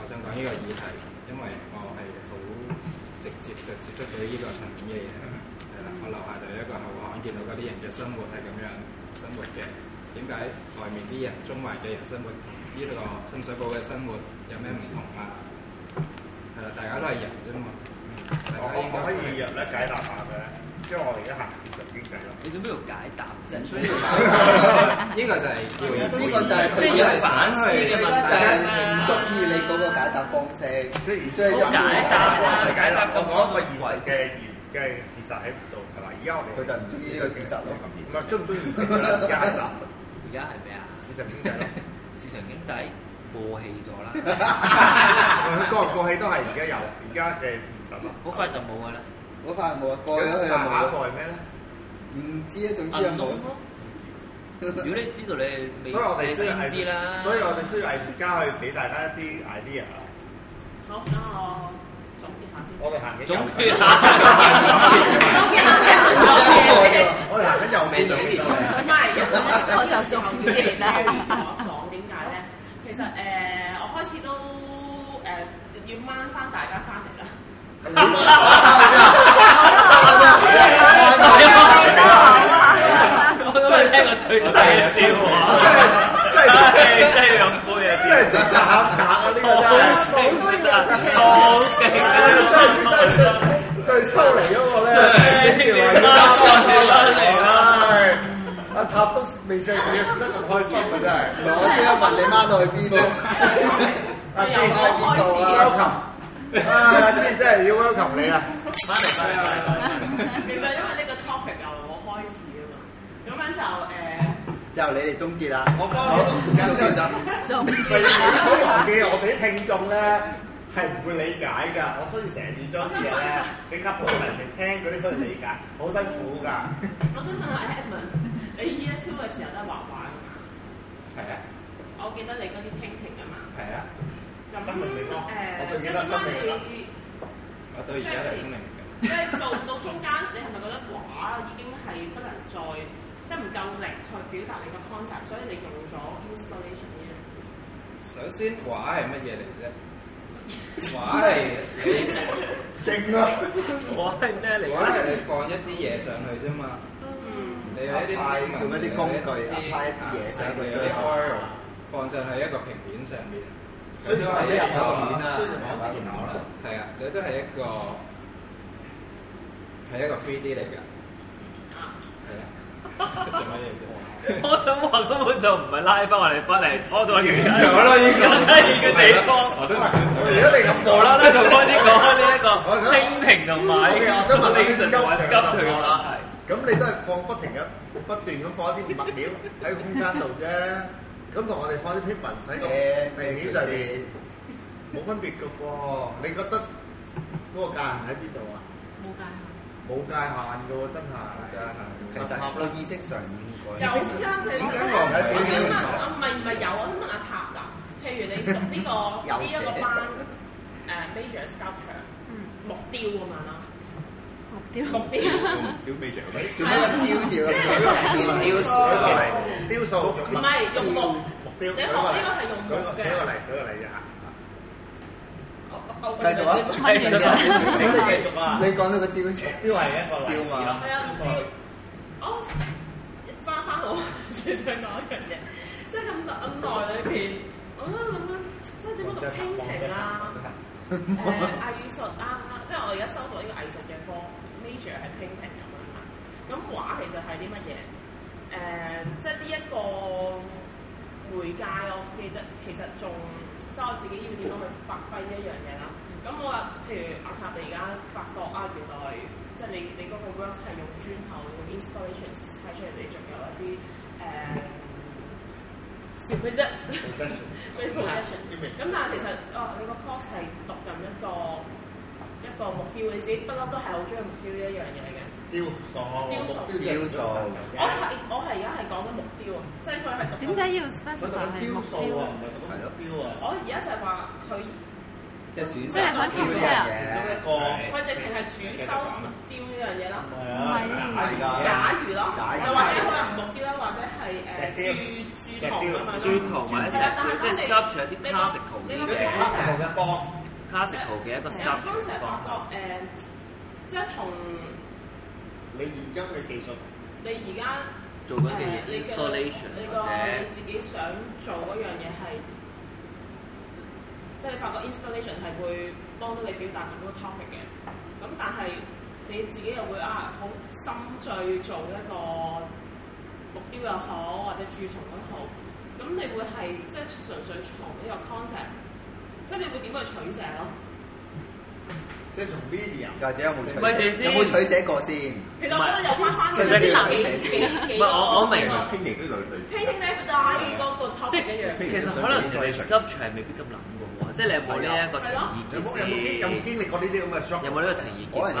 Speaker 8: 我想講呢個議題，因為我係好直接就接觸到呢個層面嘅嘢。
Speaker 3: 嗯
Speaker 8: 係啦，我樓下就有一個後巷，見到嗰啲人嘅生活係咁樣生活嘅。點解外面啲人、中環嘅人生活同呢個深水埗嘅生活有咩唔同啊？係啦，大家都係人啫嘛。大家
Speaker 3: 我可
Speaker 8: 應
Speaker 3: 我
Speaker 8: 該
Speaker 3: 可以入咧解答下嘅，因為我哋而家行市場經濟啦。
Speaker 6: 你做咩要解答啫？
Speaker 8: *laughs* 呢個就係叫
Speaker 1: 呢個就係佢
Speaker 6: 即係要反
Speaker 1: 佢
Speaker 6: 去你
Speaker 1: 而
Speaker 6: 問
Speaker 1: 家就係唔
Speaker 6: 題
Speaker 1: 中
Speaker 6: 啊
Speaker 1: 意你嗰個解答方式，
Speaker 3: 即係
Speaker 1: 即係
Speaker 6: 好解答啊
Speaker 3: 世界啦，我講一個現實嘅現嘅事實喺度係嘛？而家我哋
Speaker 1: 佢就唔中意呢個事實咯。
Speaker 3: 唔係中唔中意而家啦？
Speaker 6: 而家係咩啊？
Speaker 3: 市場經濟咯，
Speaker 6: 市場經濟過氣咗啦，
Speaker 3: 佢個個氣都係而家有而家嘅現實咯。
Speaker 6: 好快就冇㗎啦。
Speaker 1: 嗰塊冇啊，過咗去
Speaker 3: 咁
Speaker 1: 就
Speaker 3: 下
Speaker 1: 冇
Speaker 3: 一個
Speaker 1: 啦，
Speaker 3: 係咩咧？
Speaker 1: 唔知啊，
Speaker 3: *laughs*
Speaker 1: 總之就
Speaker 6: 銀
Speaker 1: 冇
Speaker 6: 窿。咯，如果你知道你未，
Speaker 3: 所以我哋
Speaker 6: 你
Speaker 3: 需要藝
Speaker 6: 先知啦。
Speaker 3: 所以我哋需要藝術家去俾大家一啲 idea。
Speaker 5: 好，等我總結下先。
Speaker 3: 我哋行緊
Speaker 6: 總
Speaker 3: 右
Speaker 6: 結
Speaker 3: 邊，
Speaker 5: 總結下先，
Speaker 3: 我哋行緊右邊
Speaker 8: 未總結
Speaker 5: 唔係，因為咧
Speaker 2: 我就做唔
Speaker 5: 啲
Speaker 2: 完啦
Speaker 5: 講點解咧？其實誒、我開始都誒、要掹翻大家翻嚟啦。
Speaker 6: 我都係聽過最低嘅笑話，真係真係飲杯啊！
Speaker 3: 真係直插下啊！呢個真係
Speaker 6: 好好勁啊！
Speaker 3: 最抽離嗰個咧。阿塔都未食嘢，食得咁開心啊！真係。
Speaker 1: 我即刻問你媽到去邊
Speaker 3: *laughs*
Speaker 1: 咧？
Speaker 3: 阿志喺邊度啊？Welcome！啊，阿志真係要 welcome 你啊！
Speaker 6: 翻嚟翻嚟翻嚟！
Speaker 5: 其實因為呢個 topic 由我開始啊嘛，咁樣就呃誒、
Speaker 1: 就你哋終結啦。
Speaker 3: 我幫你時間先就，
Speaker 6: *laughs*
Speaker 2: 仲
Speaker 3: 唔好忘記我哋啲聽眾咧係唔會理解㗎。我需要成日要將啲嘢咧整刻俾人哋聽嗰啲去理解，好辛苦㗎。
Speaker 5: 我想問下 Edmond，你 Year Two 嘅時候都係畫畫㗎嘛？
Speaker 8: 係啊，
Speaker 5: 我記得你嗰啲 painting 㗎嘛？呃
Speaker 8: 係啊，
Speaker 5: 咁
Speaker 3: 生命力咯
Speaker 5: 誒
Speaker 3: 我最記得生命力啦
Speaker 5: 即係點解你
Speaker 8: 我到而家都係生命緊。
Speaker 5: 即係做到中間，你係咪覺得畫已經係不能再即係唔夠力去表達你個 concept，所以你用咗 installation 呢樣嘢？
Speaker 8: 首先畫係乜嘢嚟啫？畫係你
Speaker 3: 勁啊！
Speaker 6: 我係咩嚟
Speaker 8: 畫係
Speaker 6: 㗎？
Speaker 8: 你放一啲嘢上去啫嘛。
Speaker 5: 嗯，
Speaker 8: 你有一啲
Speaker 1: 派
Speaker 8: 英文
Speaker 1: 用一啲工具
Speaker 8: 有一
Speaker 1: 派一啲
Speaker 8: à,
Speaker 1: 嘢上去
Speaker 8: 有一啲 oil 放上去一個平面上面。
Speaker 3: 所以就係一
Speaker 8: 一
Speaker 3: 人
Speaker 8: 個
Speaker 3: 一面啦，所以就講電腦啦。
Speaker 8: 係啊，你都係一個係一個 3D 嚟㗎。係啊，做乜嘢啫？
Speaker 6: *laughs* 我想話根本就唔係拉翻我哋翻嚟，拖咗完
Speaker 3: 咗啦已經
Speaker 6: 嘅地 *laughs* 方，
Speaker 8: 我都
Speaker 3: 如果你咁
Speaker 6: 無
Speaker 3: 講
Speaker 6: 啦
Speaker 3: 啦，
Speaker 6: 啦就 *laughs* 開始講開呢一個蜻蜓同埋
Speaker 3: OK，我想問你嘅
Speaker 6: Mason 同埋
Speaker 3: sculpture
Speaker 6: Sculpture 嘅
Speaker 3: 嘅
Speaker 6: 問
Speaker 3: 答案啦
Speaker 6: 題。
Speaker 3: 咁你都係放不停咁不斷咁放一啲物料喺空間度啫。咁同我哋放啲 paper 喺個平面上面冇分別嘅喎。你覺得嗰個界限喺邊度啊？
Speaker 2: 冇間，
Speaker 3: 冇界限嘅喎，真係。
Speaker 1: 其實合咯，意識上已經
Speaker 5: 有
Speaker 1: 改。
Speaker 5: 㗎，其實
Speaker 3: 點解
Speaker 5: 我
Speaker 3: 我唔
Speaker 5: 想
Speaker 3: 係
Speaker 5: 問
Speaker 3: 少少唔同
Speaker 5: 啊，唔係唔係有啊？咁阿塔嗱，譬如你讀呢個呢一個班誒 major sculpture
Speaker 2: 嗯，
Speaker 5: 木雕咁樣啦，
Speaker 2: 木雕，
Speaker 5: 木雕。
Speaker 4: 屌美象嗰啲
Speaker 1: 做乜雕住咁樣？雕
Speaker 3: 舉個
Speaker 1: 雕
Speaker 3: 例，雕塑用
Speaker 5: 唔係用木，
Speaker 3: 目標。
Speaker 5: 你學呢個係用
Speaker 3: 舉
Speaker 5: 木
Speaker 3: 個
Speaker 5: 嘅。
Speaker 3: 舉個例，舉個例啫嚇。
Speaker 5: 我
Speaker 1: 繼續啊
Speaker 2: 係繼續啊
Speaker 3: 你繼續啊
Speaker 1: 你！講到個雕字，
Speaker 3: 標係一個例子啦。
Speaker 5: 係啊，你哦我翻翻我 *laughs* 最想講一樣嘢，即係咁耐咁耐裏邊，我都諗緊，即係點樣讀 painting 啊、誒藝術啊，即係我而家修讀呢個藝術嘅科，major 係 painting 咁樣啦。咁畫其實係啲乜嘢？誒、即係呢一個媒介，我記得其實仲即係我自己要點樣去發揮呢一樣嘢啦。咁我話，譬如阿塔你而家發覺啊，原來即係你你嗰個 work 係用磚頭用 installation 砌出嚟，你仲有一啲誒。少嘅啫，你 *laughs* profession。咁但係其實，哦，你個 course 係讀緊一個一個目標，你自己不嬲都係好中意目標呢一樣嘢嘅。
Speaker 3: 雕塑，
Speaker 1: 雕塑
Speaker 5: 我係啊我係而家係講緊目標啊，即係佢係讀緊
Speaker 2: 點解要
Speaker 3: 我讀
Speaker 2: specify 係目
Speaker 3: 緊雕塑
Speaker 2: 標
Speaker 3: 啊
Speaker 2: 啊，
Speaker 3: 唔係讀緊目標啊。
Speaker 5: 我哦而家就係話佢
Speaker 1: 即係選擇
Speaker 2: 即係想
Speaker 1: 目標
Speaker 2: compare
Speaker 3: 其
Speaker 1: 嘅
Speaker 3: 中
Speaker 1: 嘢
Speaker 3: 一。個。
Speaker 5: 佢直情係主修目標呢樣嘢啦。
Speaker 3: 係
Speaker 1: 係
Speaker 5: 假如咯，
Speaker 1: 假如
Speaker 5: 又或者佢係目標啦，或者係誒
Speaker 3: 石
Speaker 5: 鑄鑄
Speaker 3: 雕
Speaker 5: 堂咁
Speaker 6: 鑄圖或者
Speaker 5: 樣啦。係啦但係
Speaker 6: 即係
Speaker 5: 當你
Speaker 6: sculpture 一啲
Speaker 5: 你個
Speaker 6: classical 嘅
Speaker 5: 你
Speaker 3: 一
Speaker 5: 個
Speaker 3: 定
Speaker 5: concept
Speaker 3: 黑頭一幫，
Speaker 6: classical 嘅一個
Speaker 5: 係啊
Speaker 6: sculpture
Speaker 5: ，concept
Speaker 6: 方法
Speaker 5: 發覺誒，即係同
Speaker 3: 你現今嘅技術
Speaker 5: 你而家
Speaker 6: 做緊嘅
Speaker 5: 誒
Speaker 6: 嘢
Speaker 5: 你嘅
Speaker 6: installation
Speaker 5: 你
Speaker 6: 或者
Speaker 5: 個你。自己想做嗰樣嘢係，即係你發覺 installation 係會幫到你表達嗰個 topic 嘅。咁但係你自己又會啊，好心醉做一個目標又好，或者注同都好。咁你會係即係純粹從呢個 concept，即係你會點去取捨咯？
Speaker 3: 即係從 media
Speaker 1: 或者有冇取
Speaker 6: 咪住
Speaker 1: 捨？
Speaker 6: 先
Speaker 1: 有冇取捨過先？
Speaker 5: 其實我覺得有關翻
Speaker 1: 其
Speaker 5: 佢
Speaker 1: 實
Speaker 5: 先
Speaker 1: 其實
Speaker 5: 嗱幾幾幾
Speaker 6: 唔係我我明
Speaker 5: 個
Speaker 4: 傾亦都類類似
Speaker 5: painting never die 嗰個
Speaker 6: 即
Speaker 5: topic 一樣。
Speaker 6: 係其實可能人哋 sculpture 係未必咁諗嘅喎，即係你有冇呢一個情意
Speaker 3: 有冇有冇經有冇
Speaker 6: 結
Speaker 3: 經歷過呢啲咁嘅 shock？
Speaker 6: 先？有冇呢個情意結先？
Speaker 3: 啊？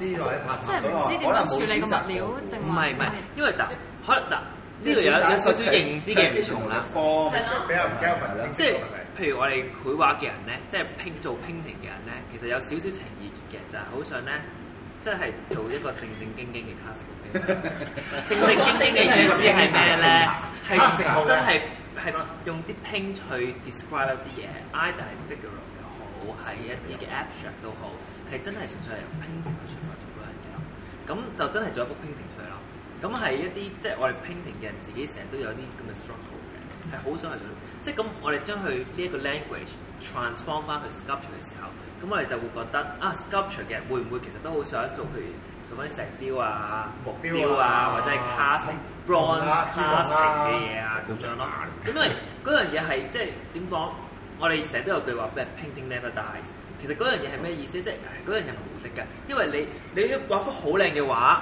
Speaker 3: 知或者
Speaker 2: 即係
Speaker 3: 拍
Speaker 2: 唔知點樣處理個物料定
Speaker 6: 唔
Speaker 2: 還
Speaker 6: 係
Speaker 2: 是
Speaker 6: 唔係
Speaker 2: 係，
Speaker 6: 因為嗱，可能嗱呢度有有少少認知嘅唔同啦。
Speaker 1: 科
Speaker 5: 係咯
Speaker 3: 比較唔交份清晰
Speaker 6: 即係譬如我哋繪畫嘅人咧，即係拼做 painting 嘅人咧，其實有少少情意結嘅，就係好想咧，真係做一個正正經經嘅 classical painting。正正經經嘅意思係咩咧？係真係係用啲拼去 describe 一啲嘢，either 係 figure 又好，係一啲嘅 abstract 都好，係真係純粹係由 painting 去出發做嗰樣嘢咯。咁就真係做一幅 painting 出嚟咯。咁係一啲即係我哋 painting 嘅人自己成日都有啲咁嘅 struggle 嘅，係好想去做。即係咁，我哋將佢呢一個 language transform 翻去 sculpture 嘅時候，咁我哋就會覺得啊，sculpture 嘅人會唔會其實都好想做譬如做翻啲石雕啊、木雕啊，或者係 casting、bronze casting 嘅嘢啊咁樣咯。咁因為嗰樣嘢係即係點講？我哋成日都有句話咩 painting never dies。其實嗰樣嘢係咩意思？即係嗰樣嘢係無敵㗎，因為你你畫幅好靚嘅畫，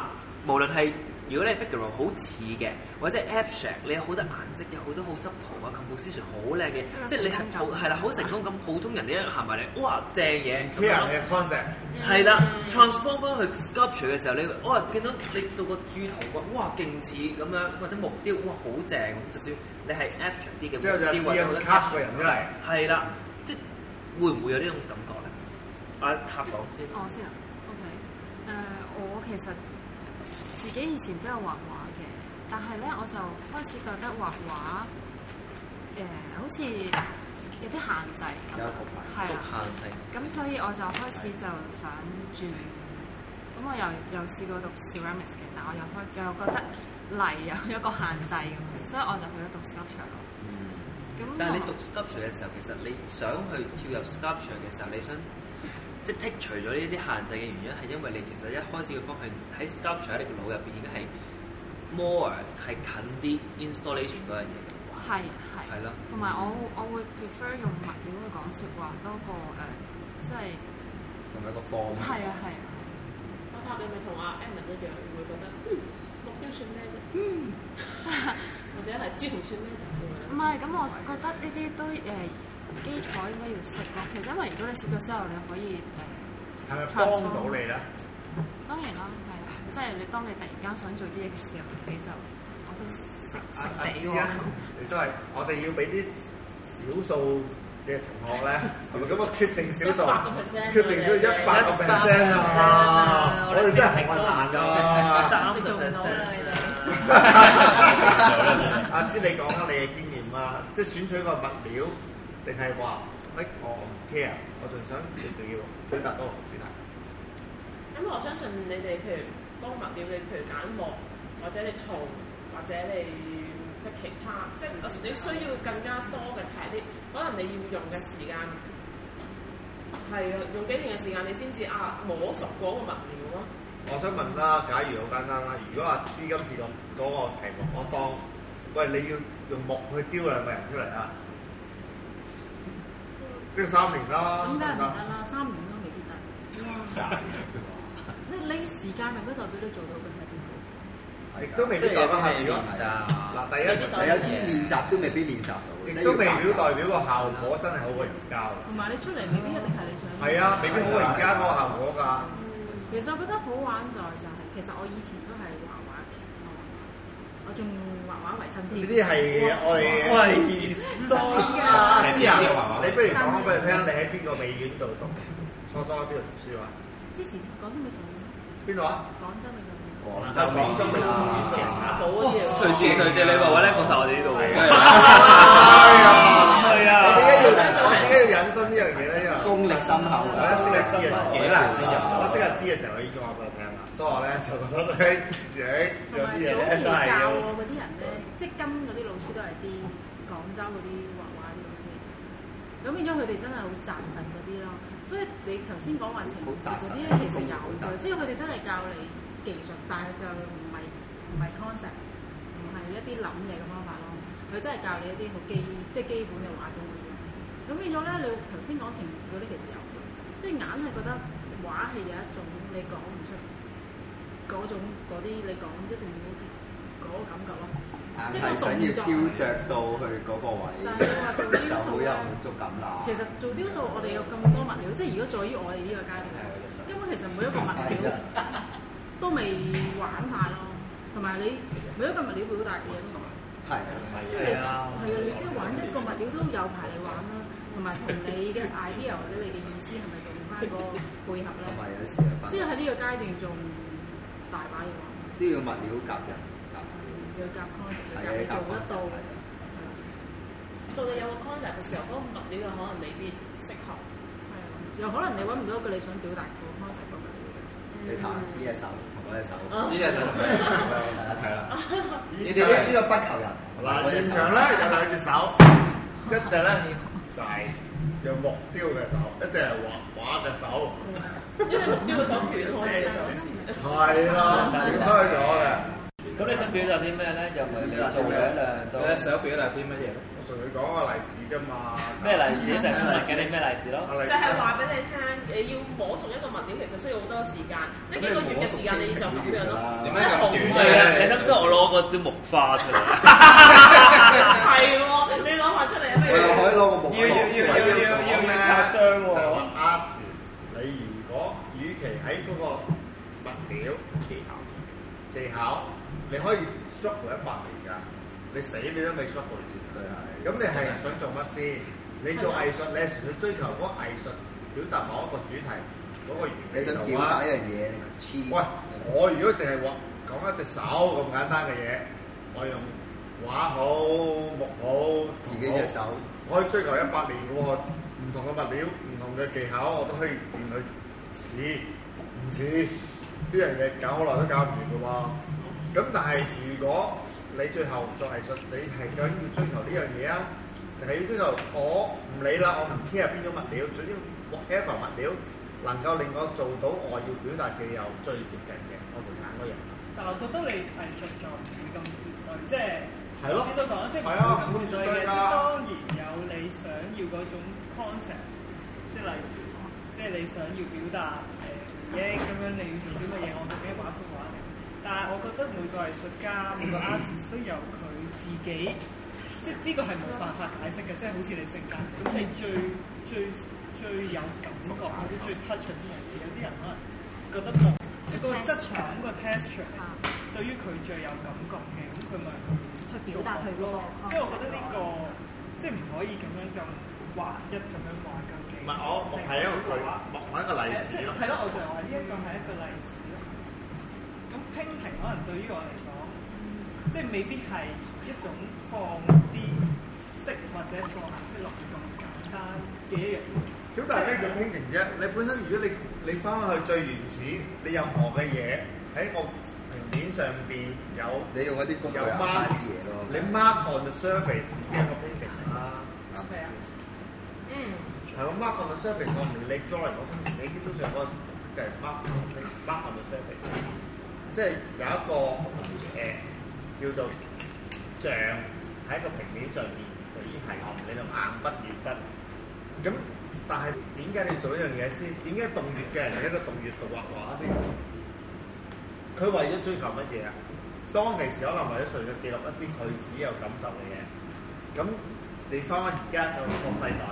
Speaker 6: 無論係如果你 figure 好似嘅，或者 abstract，你有好多顏色，有好多好濕圖啊，composition 好靚嘅，即係你係好係啦，好啊成功咁，普通人哋一行埋嚟，哇正嘢咁樣
Speaker 3: care
Speaker 6: 咯
Speaker 3: 嘅 concept，
Speaker 6: 係啦，transform 翻去 sculpture 嘅時候，你哇見到你做個鑄圖哇，哇勁似咁樣，或者木雕哇好正，就算你係 abstract 啲嘅
Speaker 3: 之後
Speaker 6: 木雕或
Speaker 3: 就知
Speaker 6: 者
Speaker 3: 有
Speaker 6: 好
Speaker 3: cast 個人出嚟。
Speaker 6: 係啦，即係會唔會有呢種感覺咧？阿塔講先，
Speaker 2: 我先啊，OK，誒、我其實自己以前都有畫畫嘅，但係咧我就開始覺得畫畫誒、好似有啲限制咁
Speaker 1: 有
Speaker 2: 啊，
Speaker 1: 一個牌
Speaker 2: 係
Speaker 6: 局
Speaker 2: 啦。
Speaker 6: 限性。
Speaker 2: 咁所以我就開始就想轉，咁我又又試過讀 ceramics 嘅，但我又開又覺得泥有一個限制咁，所以我就去咗讀 sculpture 咯。
Speaker 6: 嗯
Speaker 2: 咁
Speaker 6: 但係你
Speaker 2: 同
Speaker 6: 讀 sculpture 嘅時候，其實你想去跳入 sculpture 嘅時候，你想即係剔除咗呢啲限制嘅原因，係因為你其實一開始嘅方向喺 sculpture 喺你個腦入邊已經係 more 啊係近啲 installation 嗰樣嘢嘅喎。
Speaker 2: 係係
Speaker 6: 係咯
Speaker 2: 同埋我我會 prefer 用物料去講説話多過誒，即係
Speaker 1: 同埋個科目。
Speaker 2: 係啊係啊，
Speaker 5: 我答你咪同阿 Evan 一樣，會覺得嗯目標算咩啫？嗯， *laughs* 或者係豬紅算咩啫？咁樣
Speaker 2: 唔係咁我覺得呢啲都誒呃基礎應該要識咯。其實因為如果你識咗之後，你可以誒。呃
Speaker 3: 係咪幫到你咧？
Speaker 2: 當然啦，係啊，即係你當你突然間想做啲嘢嘅時候，你就我都識
Speaker 3: 阿阿
Speaker 2: 識地
Speaker 3: 知
Speaker 2: 喎
Speaker 3: 啊。，你都係我哋要俾啲少數嘅同學 *laughs* 咧，係咪咁啊？決定少數，決定少一百個 percent 啊！我哋真係好 *laughs* 難啊㗎。
Speaker 6: 三
Speaker 5: 你做唔到啦你哋
Speaker 3: 阿知你講下你嘅經驗啊，即係選取個物料，定係話誒我唔 care，我仲想最重要表達到個主題。
Speaker 5: 咁我相信你哋，譬如幫物料，你譬如揀木，或者你圖，或者你即係其他，即係你需要更加多嘅 t e 可能你要用嘅時間啊係用幾年嘅時間，你先至啊摸熟嗰個物料咯。
Speaker 3: 我想問啦，假如好簡單啦，如果話資金自動嗰個題目，我當喂你要用木去雕兩個人出嚟啊，雕三年啦，得
Speaker 9: 點解唔
Speaker 3: 唔
Speaker 9: 得
Speaker 3: 得？
Speaker 9: 啦？三年都未必得。你你時間未必代表你做到嘅係點？
Speaker 3: 亦都未必代表係如果
Speaker 6: 咋
Speaker 3: 嗱第一，
Speaker 1: 係有啲練習都未必練習到，
Speaker 3: 亦都未
Speaker 1: 表
Speaker 3: 表代表個效果真係好過而家
Speaker 1: 嗯
Speaker 9: 同埋你出嚟未必一定係你想。
Speaker 3: 喎。係啊，未必好過而家嗰個效果㗎。
Speaker 9: 其實我覺得好玩在就係，其實我以前都係畫畫嘅，我仲畫畫為生
Speaker 3: 呢
Speaker 9: 添。
Speaker 3: 啲係我哋。
Speaker 6: 喂，
Speaker 3: 啊，知啊！你不如講講俾佢聽，你喺邊個美院度讀？初初喺邊度讀書啊？
Speaker 9: 之前講真咪上，
Speaker 3: 邊度啊？
Speaker 9: 講真咪上。
Speaker 1: 廣
Speaker 3: 就廣州美院啊！
Speaker 5: 打寶嗰啲
Speaker 6: 隨時隨地你話話咧，確實我哋呢度
Speaker 4: 係
Speaker 3: 啊
Speaker 6: 係
Speaker 3: 我
Speaker 6: 啊，
Speaker 3: 點解要我點解要引申呢樣嘢咧？因為
Speaker 1: 功力深厚
Speaker 3: 我
Speaker 1: 啊！
Speaker 3: 一識日知嘅時候，
Speaker 1: 幾難先入
Speaker 3: 我一識日知嘅時候，我已經話俾佢聽啦。所以我咧就覺得咧，誒
Speaker 9: 同
Speaker 3: 有
Speaker 9: 埋
Speaker 3: 啲嘢
Speaker 9: 早期
Speaker 3: 咧都係
Speaker 9: 教
Speaker 3: 要
Speaker 9: 我嗰啲人咧，即係跟嗰啲老師都係啲廣州嗰啲畫畫啲老師，咁變咗佢哋真係好扎實嗰啲咯。所以你頭先講話情
Speaker 1: 好
Speaker 9: 節
Speaker 1: 扎
Speaker 3: 啊
Speaker 9: 嗰
Speaker 1: 實
Speaker 9: 啲咧，其實有嘅，即係佢哋真係教你技術，但係就唔係唔係 concept，唔係一啲諗嘢嘅方法咯。佢真係教你一啲好基即係基本嘅畫功嗰啲。咁變咗咧，你頭先講情節嗰啲其實有嘅，即係硬係覺得畫係有一種你講唔出。嗰種嗰啲你講一定要好似嗰個感覺咯，
Speaker 1: 硬係想要
Speaker 9: 啊
Speaker 1: 雕琢到去嗰個
Speaker 9: 但係你
Speaker 1: 位，就
Speaker 9: 話做雕
Speaker 1: 好
Speaker 9: 塑
Speaker 1: 有
Speaker 9: 咧，
Speaker 1: 滿足感啦。
Speaker 9: 其實做雕塑我哋有咁多物料，即係如果在於我哋呢個階段，
Speaker 1: 啊
Speaker 9: 根本其實每一個物料都未玩晒咯，同埋你每一個物料表達嘅嘢都唔同
Speaker 1: 係
Speaker 9: 即係你係啊，你即係玩一個物料都有排你玩啦，同埋同你嘅 idea 或者你嘅意思係咪用翻個配合
Speaker 1: 同埋有
Speaker 9: 咧？
Speaker 1: 時啊
Speaker 9: 即係喺呢個階段仲大把嘢玩，
Speaker 1: 都要物料夾人夾物
Speaker 9: 要夾 concept，要
Speaker 1: 料，係啊，
Speaker 9: 夾你
Speaker 1: 夾啊
Speaker 9: 做得到。啊
Speaker 5: 到你有個 concept 嘅時候，嗰個物料可能未必適合。
Speaker 9: 又可能你揾唔到一個你想表達嘅 concept 咁樣。
Speaker 1: 你彈呢隻手同嗰隻手，
Speaker 8: 呢隻手同呢隻手係啦，
Speaker 1: 呢啲呢個不求人。
Speaker 3: 嗱，現場咧有兩隻手，一隻咧就係用木雕嘅手，一隻係畫畫嘅手，
Speaker 5: 因為目標嘅手段 *laughs* 我哋就
Speaker 6: Dạ,
Speaker 3: 係啦，分開咗嘅。
Speaker 6: 咁你想表達啲咩咧？又唔係你做樣量到
Speaker 8: 你隻手表達啲乜嘢咧？
Speaker 3: 我純粹講個例子啫嘛。
Speaker 6: 咩例子？就係問緊你咩例子咯？
Speaker 3: 啊？例
Speaker 5: 就
Speaker 3: 子
Speaker 5: 係話俾你聽，你要摸熟一個物料，其實需要好多時間，即係幾個月嘅時間你就咁樣咯。
Speaker 6: Dạ.
Speaker 8: 點解
Speaker 5: 真係
Speaker 8: 咁短
Speaker 6: 唔係啊！你
Speaker 5: 好攰啊！
Speaker 6: 知唔知我攞個啲木花出嚟？
Speaker 5: 係喎，你攞埋出嚟啊！
Speaker 1: 我又可以
Speaker 5: 不
Speaker 1: 攞個木
Speaker 6: 要要要要要要要擦傷
Speaker 3: 就係
Speaker 6: 喎！
Speaker 3: 話啱住。你如果與其喺嗰個物料技巧技巧，你可以 short 佢一百年㗎，你死你都未 short 過一次。
Speaker 1: 對係。
Speaker 3: 咁你係想做乜先？你做藝術，你係純粹追求嗰個藝術表達某一個主題嗰、個
Speaker 1: 你
Speaker 3: 原
Speaker 1: 想
Speaker 3: 理
Speaker 1: 表
Speaker 3: 度啊
Speaker 1: 達一。樣嘢，你就黐。
Speaker 3: 喂，我如果淨係畫講一隻手咁簡單嘅嘢，我用畫好木好
Speaker 1: 自己隻手，
Speaker 3: 我可以追求一百年嘅喎，唔同嘅物料、唔同嘅技巧，我都可以見佢似唔似呢樣嘢，搞好耐都搞唔完嘅喎。咁但係如果你最後做藝術，你係究竟要追求呢樣嘢啊，定係要追求我唔理啦，我唔 care 邊種物料，總之 whatever 物料能夠令我做到我要表達嘅又最接近嘅，我會揀嗰樣。
Speaker 7: 但我覺得你藝術就唔會咁絕對，即係
Speaker 3: 係咯
Speaker 7: 頭先都講啦，即係唔
Speaker 3: 係啊
Speaker 7: 會咁絕對嘅。
Speaker 3: 唔會絕對㗎
Speaker 7: 即係當然有你想要嗰種 concept，即係例如即係你想要表達誒回憶咁樣，你要做啲乜嘢？我究竟係畫一幅畫定？但係我覺得每個藝術家每個 artist 都有佢自己，即係呢個係冇辦法解釋嘅，即係好似你性格咁，你最最最有感覺或者最 touch 嘅嘢，有啲人可能覺得木，你個質感個 texture 係
Speaker 9: 啊
Speaker 7: 對於佢最有感覺嘅，咁佢咪
Speaker 9: 去表達佢嗰個
Speaker 7: 哦
Speaker 9: 啊
Speaker 7: 即係我覺得呢、個即係唔可以咁樣咁劃一咁樣話究竟。
Speaker 3: 唔係我我係一個佢，我我係一個例
Speaker 7: 誒
Speaker 3: 子
Speaker 7: 即係
Speaker 3: 咯。
Speaker 7: 係咯，我就話呢一個係一個例子咯。咁拼停可能對於我嚟講，即係未必係一種放啲色或者放顏色落去咁簡單嘅一樣嘢。
Speaker 3: 咁但係咩叫傾情啫？你本身如果你你翻返去最原始，你任何嘅嘢喺個平面上邊有，
Speaker 1: 你用一啲工具
Speaker 3: 有
Speaker 1: 啊，
Speaker 3: mark
Speaker 1: 啲嘢咯。
Speaker 3: 你 mark on the surface 已經係一個傾情啦。
Speaker 7: 係啊。
Speaker 5: 嗯，
Speaker 3: 係咁 mark on the surface，我唔理你 drawing 嗰你基本上個就係 mark mark on the surface，即係有一個誒、呃叫做像喺一個平面上面就已經係暗，你用硬筆軟筆。咁但係點解你做呢樣嘢先？點解動月嘅人喺一個動月度畫畫先？佢為咗追求乜嘢啊？當其時可能為咗純粹記錄一啲佢自己有感受嘅嘢。咁你翻翻而家個個世代，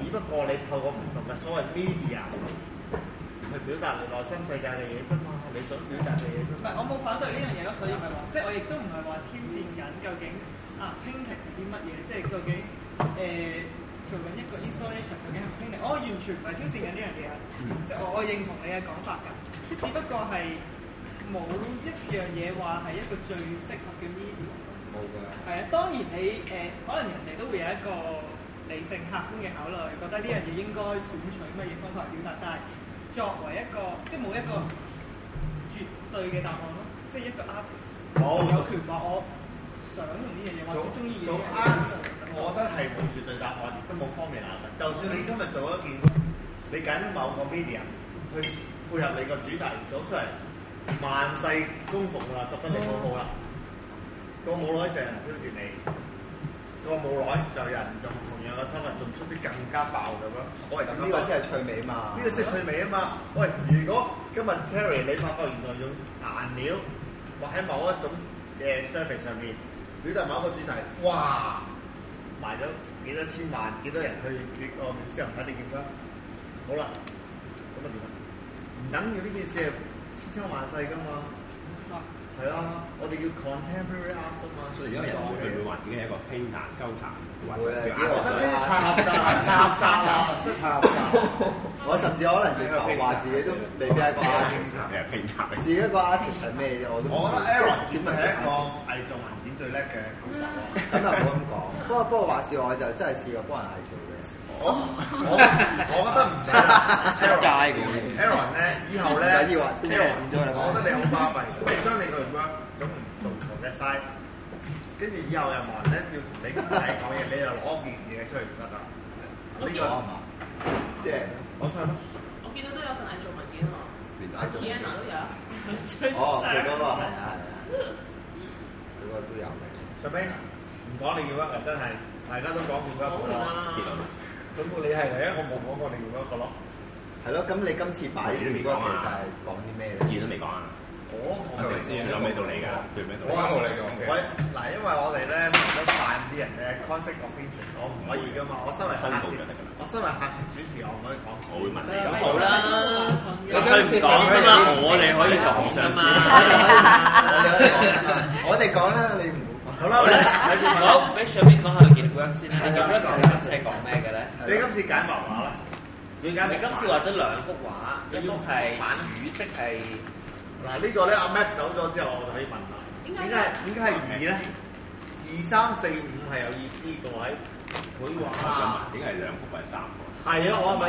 Speaker 3: 只不過你透過唔同嘅所謂 media 去表達你內心世界嘅嘢啫嘛，你想表達嘅嘢啫
Speaker 7: 唔
Speaker 3: 嘛
Speaker 7: 係，我冇反對呢樣嘢咯，所以咪話，即係我亦都唔係話挑戰緊究竟啊 painting 係啲乜嘢，即係究竟誒、做緊一個 installation 究竟係 painting，我完全唔係挑戰緊呢樣嘢啊，
Speaker 8: 嗯
Speaker 7: 即係我我認同你嘅講法㗎，即係只不過係冇一樣嘢話係一個最適合嘅 media。
Speaker 8: 冇㗎。
Speaker 7: 係啊，當然你誒、可能人哋都會有一個理性客觀嘅考慮，覺得呢樣嘢應該選取乜嘢方法表達，但係作為一個即係冇一個絕對嘅答案咯，即係一個 artist
Speaker 3: 冇
Speaker 7: 有權話我想用呢樣嘢，或
Speaker 3: 做
Speaker 7: 者中意呢
Speaker 3: 做
Speaker 7: 樣
Speaker 3: 啱
Speaker 7: 嘢，
Speaker 3: 我覺得係冇絕對答案，亦都冇方面難嘅。就算你今日做一件，你揀咗某個 media 去配合你個主題做出嚟，萬世功服啦，覺得你好好啦。過冇耐就有人挑戰你，過冇耐就有人用同樣嘅身份做出啲更加爆嘅咯。所謂咁
Speaker 1: 咁
Speaker 3: 樣
Speaker 1: 呢個先係趣味嘛。
Speaker 3: 呢個先係趣味啊嘛！喂，如果今日 Terry 你發覺原來用顏料或喺某一種嘅 surface 上面表達某一個主題，哇！賣咗幾多千萬，幾多人去呢個私人睇你見啦？好啦，咁啊點啊？唔等於呢件事係千秋萬世㗎嘛？係啊，我哋叫 contemporary art 啊嘛。
Speaker 4: 所以而家人會佢會話自己係一個 painter、sculptor，或者
Speaker 1: 會啊
Speaker 3: 我覺得呢啲太
Speaker 4: 畫
Speaker 3: 合雜啦，太合雜啦，真係太合雜啦。
Speaker 1: 我甚至可能直頭話自己都未必係一個 artist，
Speaker 4: 家誒 painter
Speaker 1: 自己一個 artist 係咩啫？我都唔知
Speaker 3: 我覺得 Aaron 點係一個偽造文件最叻嘅高手啊。
Speaker 1: 咁又唔好咁講。不過不過話説，我就真係試過幫人偽造嘅。
Speaker 3: 我我我覺得唔使啦，
Speaker 6: 出街嘅喎
Speaker 3: Aaron 咧，以後咧
Speaker 1: 唔緊要啊啲咩
Speaker 6: 人剪咗佢啦
Speaker 3: 我覺得你好巴閉，你將你個 work 咁唔做做嘅 size，跟住以後有冇人咧要同你傾偈講嘢，你就攞件嘢出嚟就得啦。呢個
Speaker 1: 即係
Speaker 3: 我想啦，
Speaker 5: 我見到都有份偽造文件喎，Tiana 都有，最
Speaker 1: 哦，佢
Speaker 5: *laughs*
Speaker 1: 嗰個係啊係
Speaker 5: 上
Speaker 1: 啊，佢嗰個都有嘅。
Speaker 3: 上邊唔講你要 work 啊真係大家都講要 work
Speaker 5: 好
Speaker 3: 㗎啦。
Speaker 5: 啦，
Speaker 3: 咁你係唯一我冇講過你要 work 個咯。
Speaker 1: 係咯，咁你今次擺呢件歌其實係講啲咩
Speaker 4: 字
Speaker 1: 咧？
Speaker 4: 都未講啊，
Speaker 3: 我
Speaker 4: 我
Speaker 3: 我
Speaker 4: 哋知有咩道理㗎？最尾道
Speaker 3: 我
Speaker 4: 理。
Speaker 8: 啱我嚟講嘅
Speaker 3: 喂，嗱，因為我哋咧成日都扮啲人咧 conflict of interest，我唔可以噶嘛。我身為客
Speaker 4: 申報
Speaker 3: 席
Speaker 4: 就得㗎啦，
Speaker 3: 我身為客席主持，我唔可以講。
Speaker 4: 我會問你咁
Speaker 6: 好啦，
Speaker 7: 你
Speaker 6: 你佢唔講啫嘛，我哋可以講㗎
Speaker 1: 我哋可以
Speaker 6: 嘛。
Speaker 1: 講啦我哋講啦，你唔好
Speaker 3: 好啦，你你先問
Speaker 6: 好，俾上面講下佢件 work 先啦。你覺得講今次係講咩嘅咧？
Speaker 3: 你今次揀漫畫啦，點解？
Speaker 6: 你今次畫咗兩幅畫，一幅係魚色係
Speaker 3: 嗱呢個咧，阿 Max 走咗之後，我就可以問啦。
Speaker 5: 點解
Speaker 3: 點解點解係二咧？二三四五係有意思嘅位，會
Speaker 4: 我
Speaker 3: 畫
Speaker 4: 想問點解係兩幅或者三幅？
Speaker 3: 係啊，我咪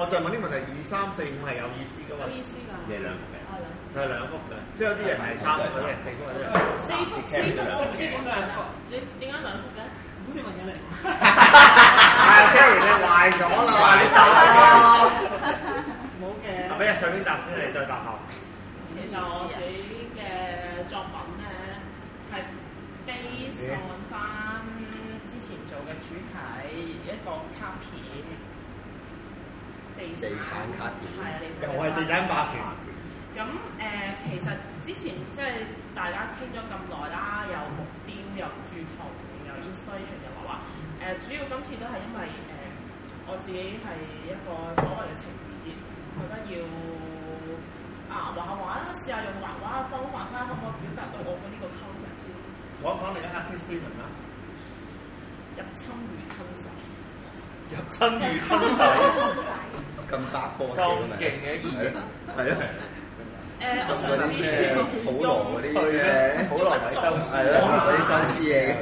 Speaker 3: 我就問啲問題，二三四五係有意思噶嘛
Speaker 5: 有？意思㗎，
Speaker 4: 你係兩幅嘅。
Speaker 5: 係
Speaker 3: 係
Speaker 5: 啦，
Speaker 3: 兩幅嘅，即係有啲人係三幅，有啲人四幅，有啲人。
Speaker 5: 四幅四幅我唔知點解啦，你點解兩幅嘅？
Speaker 7: 好似問緊你，
Speaker 3: 係 Terry 你壞咗啦，你答啦。
Speaker 7: 冇嘅。
Speaker 3: 俾日上邊答先，你再答後。
Speaker 5: 其實我自己嘅作品咧係 base on 翻之前做嘅主題一個卡片，地
Speaker 1: 地產卡片
Speaker 5: 係啊，地產
Speaker 3: 我係地產霸權。
Speaker 5: 咁誒、呃其實之前即係大家傾咗咁耐啦，有目標，有駐圖，有 installation，又話話誒，主要今次都係因為誒、呃我自己係一個所謂嘅情意結，覺得要啊畫畫啦，試下用畫畫嘅方法睇下可唔可以表達到我嘅呢個 concept 先，
Speaker 3: 講講你嘅 artist statement 啦。
Speaker 5: 入侵與吞噬。
Speaker 6: 入侵魚吞仔，
Speaker 5: *laughs*
Speaker 1: 咁百科嘅
Speaker 6: 咁
Speaker 1: 咪
Speaker 6: 勁嘅意
Speaker 1: 係
Speaker 6: 義
Speaker 1: 咯。係咯，
Speaker 5: 誒、我
Speaker 1: 嗰
Speaker 5: 嘗
Speaker 1: 啲
Speaker 5: 試
Speaker 1: 咩普羅嗰啲
Speaker 6: 佢咧
Speaker 1: 嘅，
Speaker 6: 好耐維修。
Speaker 1: 係咯，嗰啲收屍嘢
Speaker 5: 誒，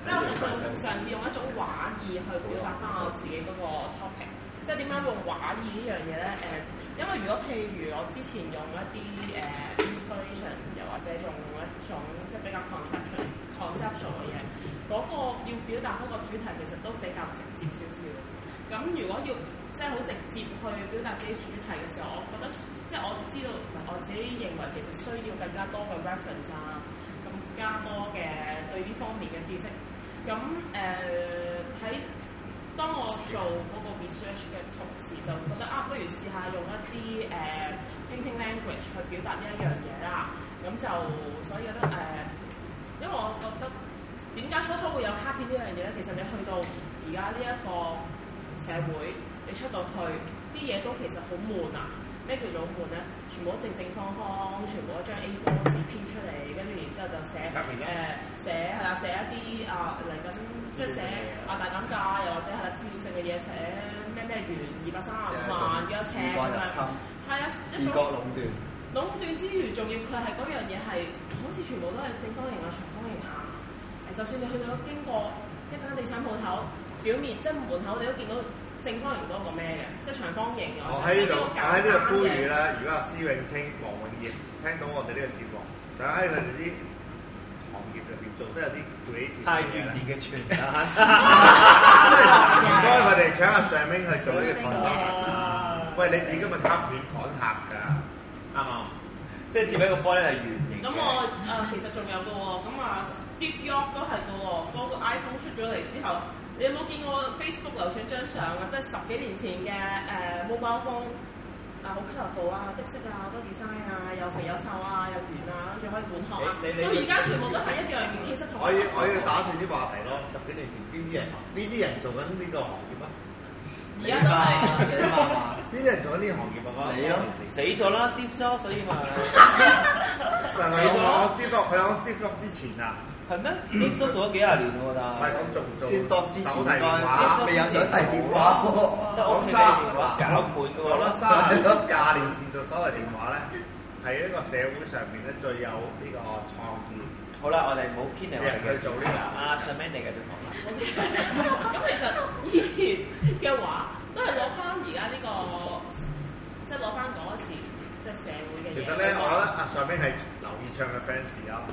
Speaker 5: 即係我
Speaker 1: 嘅。
Speaker 5: 嘗試嘗試用一種畫意去表達翻我自己嗰個 topic，即係點解用畫意呢樣嘢咧？誒、因為如果譬如我之前用一啲誒、inspiration，又或者用一種即係比較 conceptual conceptual 嘅嘢，嗰、個要表達嗰個主題其實都比較直接少少。咁咁如果要即係好直接去表達自己主題嘅時候，我覺得即係我知道我自己認為其實需要更加多嘅 reference 啊，更加多嘅對呢方面嘅知識。咁誒呃喺當我做嗰個 research 嘅同時，就覺得啊，不如試下用一啲誒、呃 painting language 去表達呢一樣嘢啦。咁就所以覺得誒、呃因為我覺得點解初初會有 happy 呢樣嘢咧？其實你去到而家呢一個社會，你出到去啲嘢都其實好悶啊！咩叫做好悶咧？全部都正正方方，全部都張 A4 紙編出嚟，跟住然之後就寫誒、
Speaker 3: Happy 啦
Speaker 5: 寫係啦，寫一啲啊嚟緊即係寫啊大減價，又或者係資料性嘅嘢，寫咩咩元二百三十五萬幾多尺咁樣，係啊，一種壟斷之餘，仲要佢係嗰樣嘢係好似全部都係正方形啊、長方形啊。誒，就算你去到經過一間地產鋪頭，表面即係門口你都見到正方形多過咩嘅，即係長方形嘅。
Speaker 3: 我哦喺呢度，啊我
Speaker 5: 或者
Speaker 3: 喺呢度呼籲啦！如果阿施永清、黃永業聽到我哋呢個節目，想喺佢哋啲行業入邊做得有啲 creative
Speaker 8: 太
Speaker 3: 嘅
Speaker 8: 原
Speaker 3: 嘢
Speaker 8: 烈
Speaker 3: 咧，
Speaker 8: 嘅傳達，
Speaker 3: *laughs* 唔該佢哋請阿尚明去做呢個 concept。 *laughs*
Speaker 7: 啊，
Speaker 3: 喂，你你今日卡片趕客㗎，啱唔啱？
Speaker 8: 即係貼喺個波咧係圓
Speaker 5: 咁
Speaker 8: 形
Speaker 5: 我
Speaker 8: 嘅。
Speaker 5: 誒、其實仲有嘅喎，咁啊 Steve Jobs 都係嘅喎，嗰、個 iPhone 出咗嚟之後，你有冇見過 Facebook 流傳張相啊？即係十幾年前嘅誒、mobile phone 啊，好 colourful 啊，的色啊，好多 design 啊，又肥有瘦啊，又圓啊，跟住可以滿殼啊，
Speaker 3: 你你
Speaker 5: 到而家全部都係一樣嘅，其實同
Speaker 3: 我要我要打斷啲話題咯。十幾年前邊啲人邊啲人做緊呢個行業啊？
Speaker 5: 而家都係。
Speaker 3: 邊啲人做緊呢個行業啊？我
Speaker 1: 你咯
Speaker 6: 死咗啦，Steve Jobs，所以咪
Speaker 3: 唔係唔係我我 Steve Jobs，佢喺 Steve Jobs 之前啊，
Speaker 6: 係咩？Steve Jobs 做咗幾廿年喎，
Speaker 3: 唔
Speaker 6: 但
Speaker 3: 係
Speaker 6: 係
Speaker 3: 咁做唔做手提電話？
Speaker 1: Steve
Speaker 6: 得我屋企搞滿嘅
Speaker 3: 我覺得
Speaker 6: 喎。
Speaker 3: 三十廿年前做手提電話咧，係一個社會上面咧最有呢個創意
Speaker 6: 好啦，我哋唔好偏離
Speaker 3: 嘅
Speaker 6: 我
Speaker 3: 人
Speaker 6: 哋
Speaker 3: 去
Speaker 6: 嘅
Speaker 3: 做呢個。
Speaker 6: 啊上面嚟嘅就講啦。
Speaker 5: 咁其實以前嘅話，都係攞翻而家呢個，即係攞翻嗰時即係社會嘅嘢。
Speaker 3: 其實咧，我覺得阿上面係劉以暢嘅 fans 啊，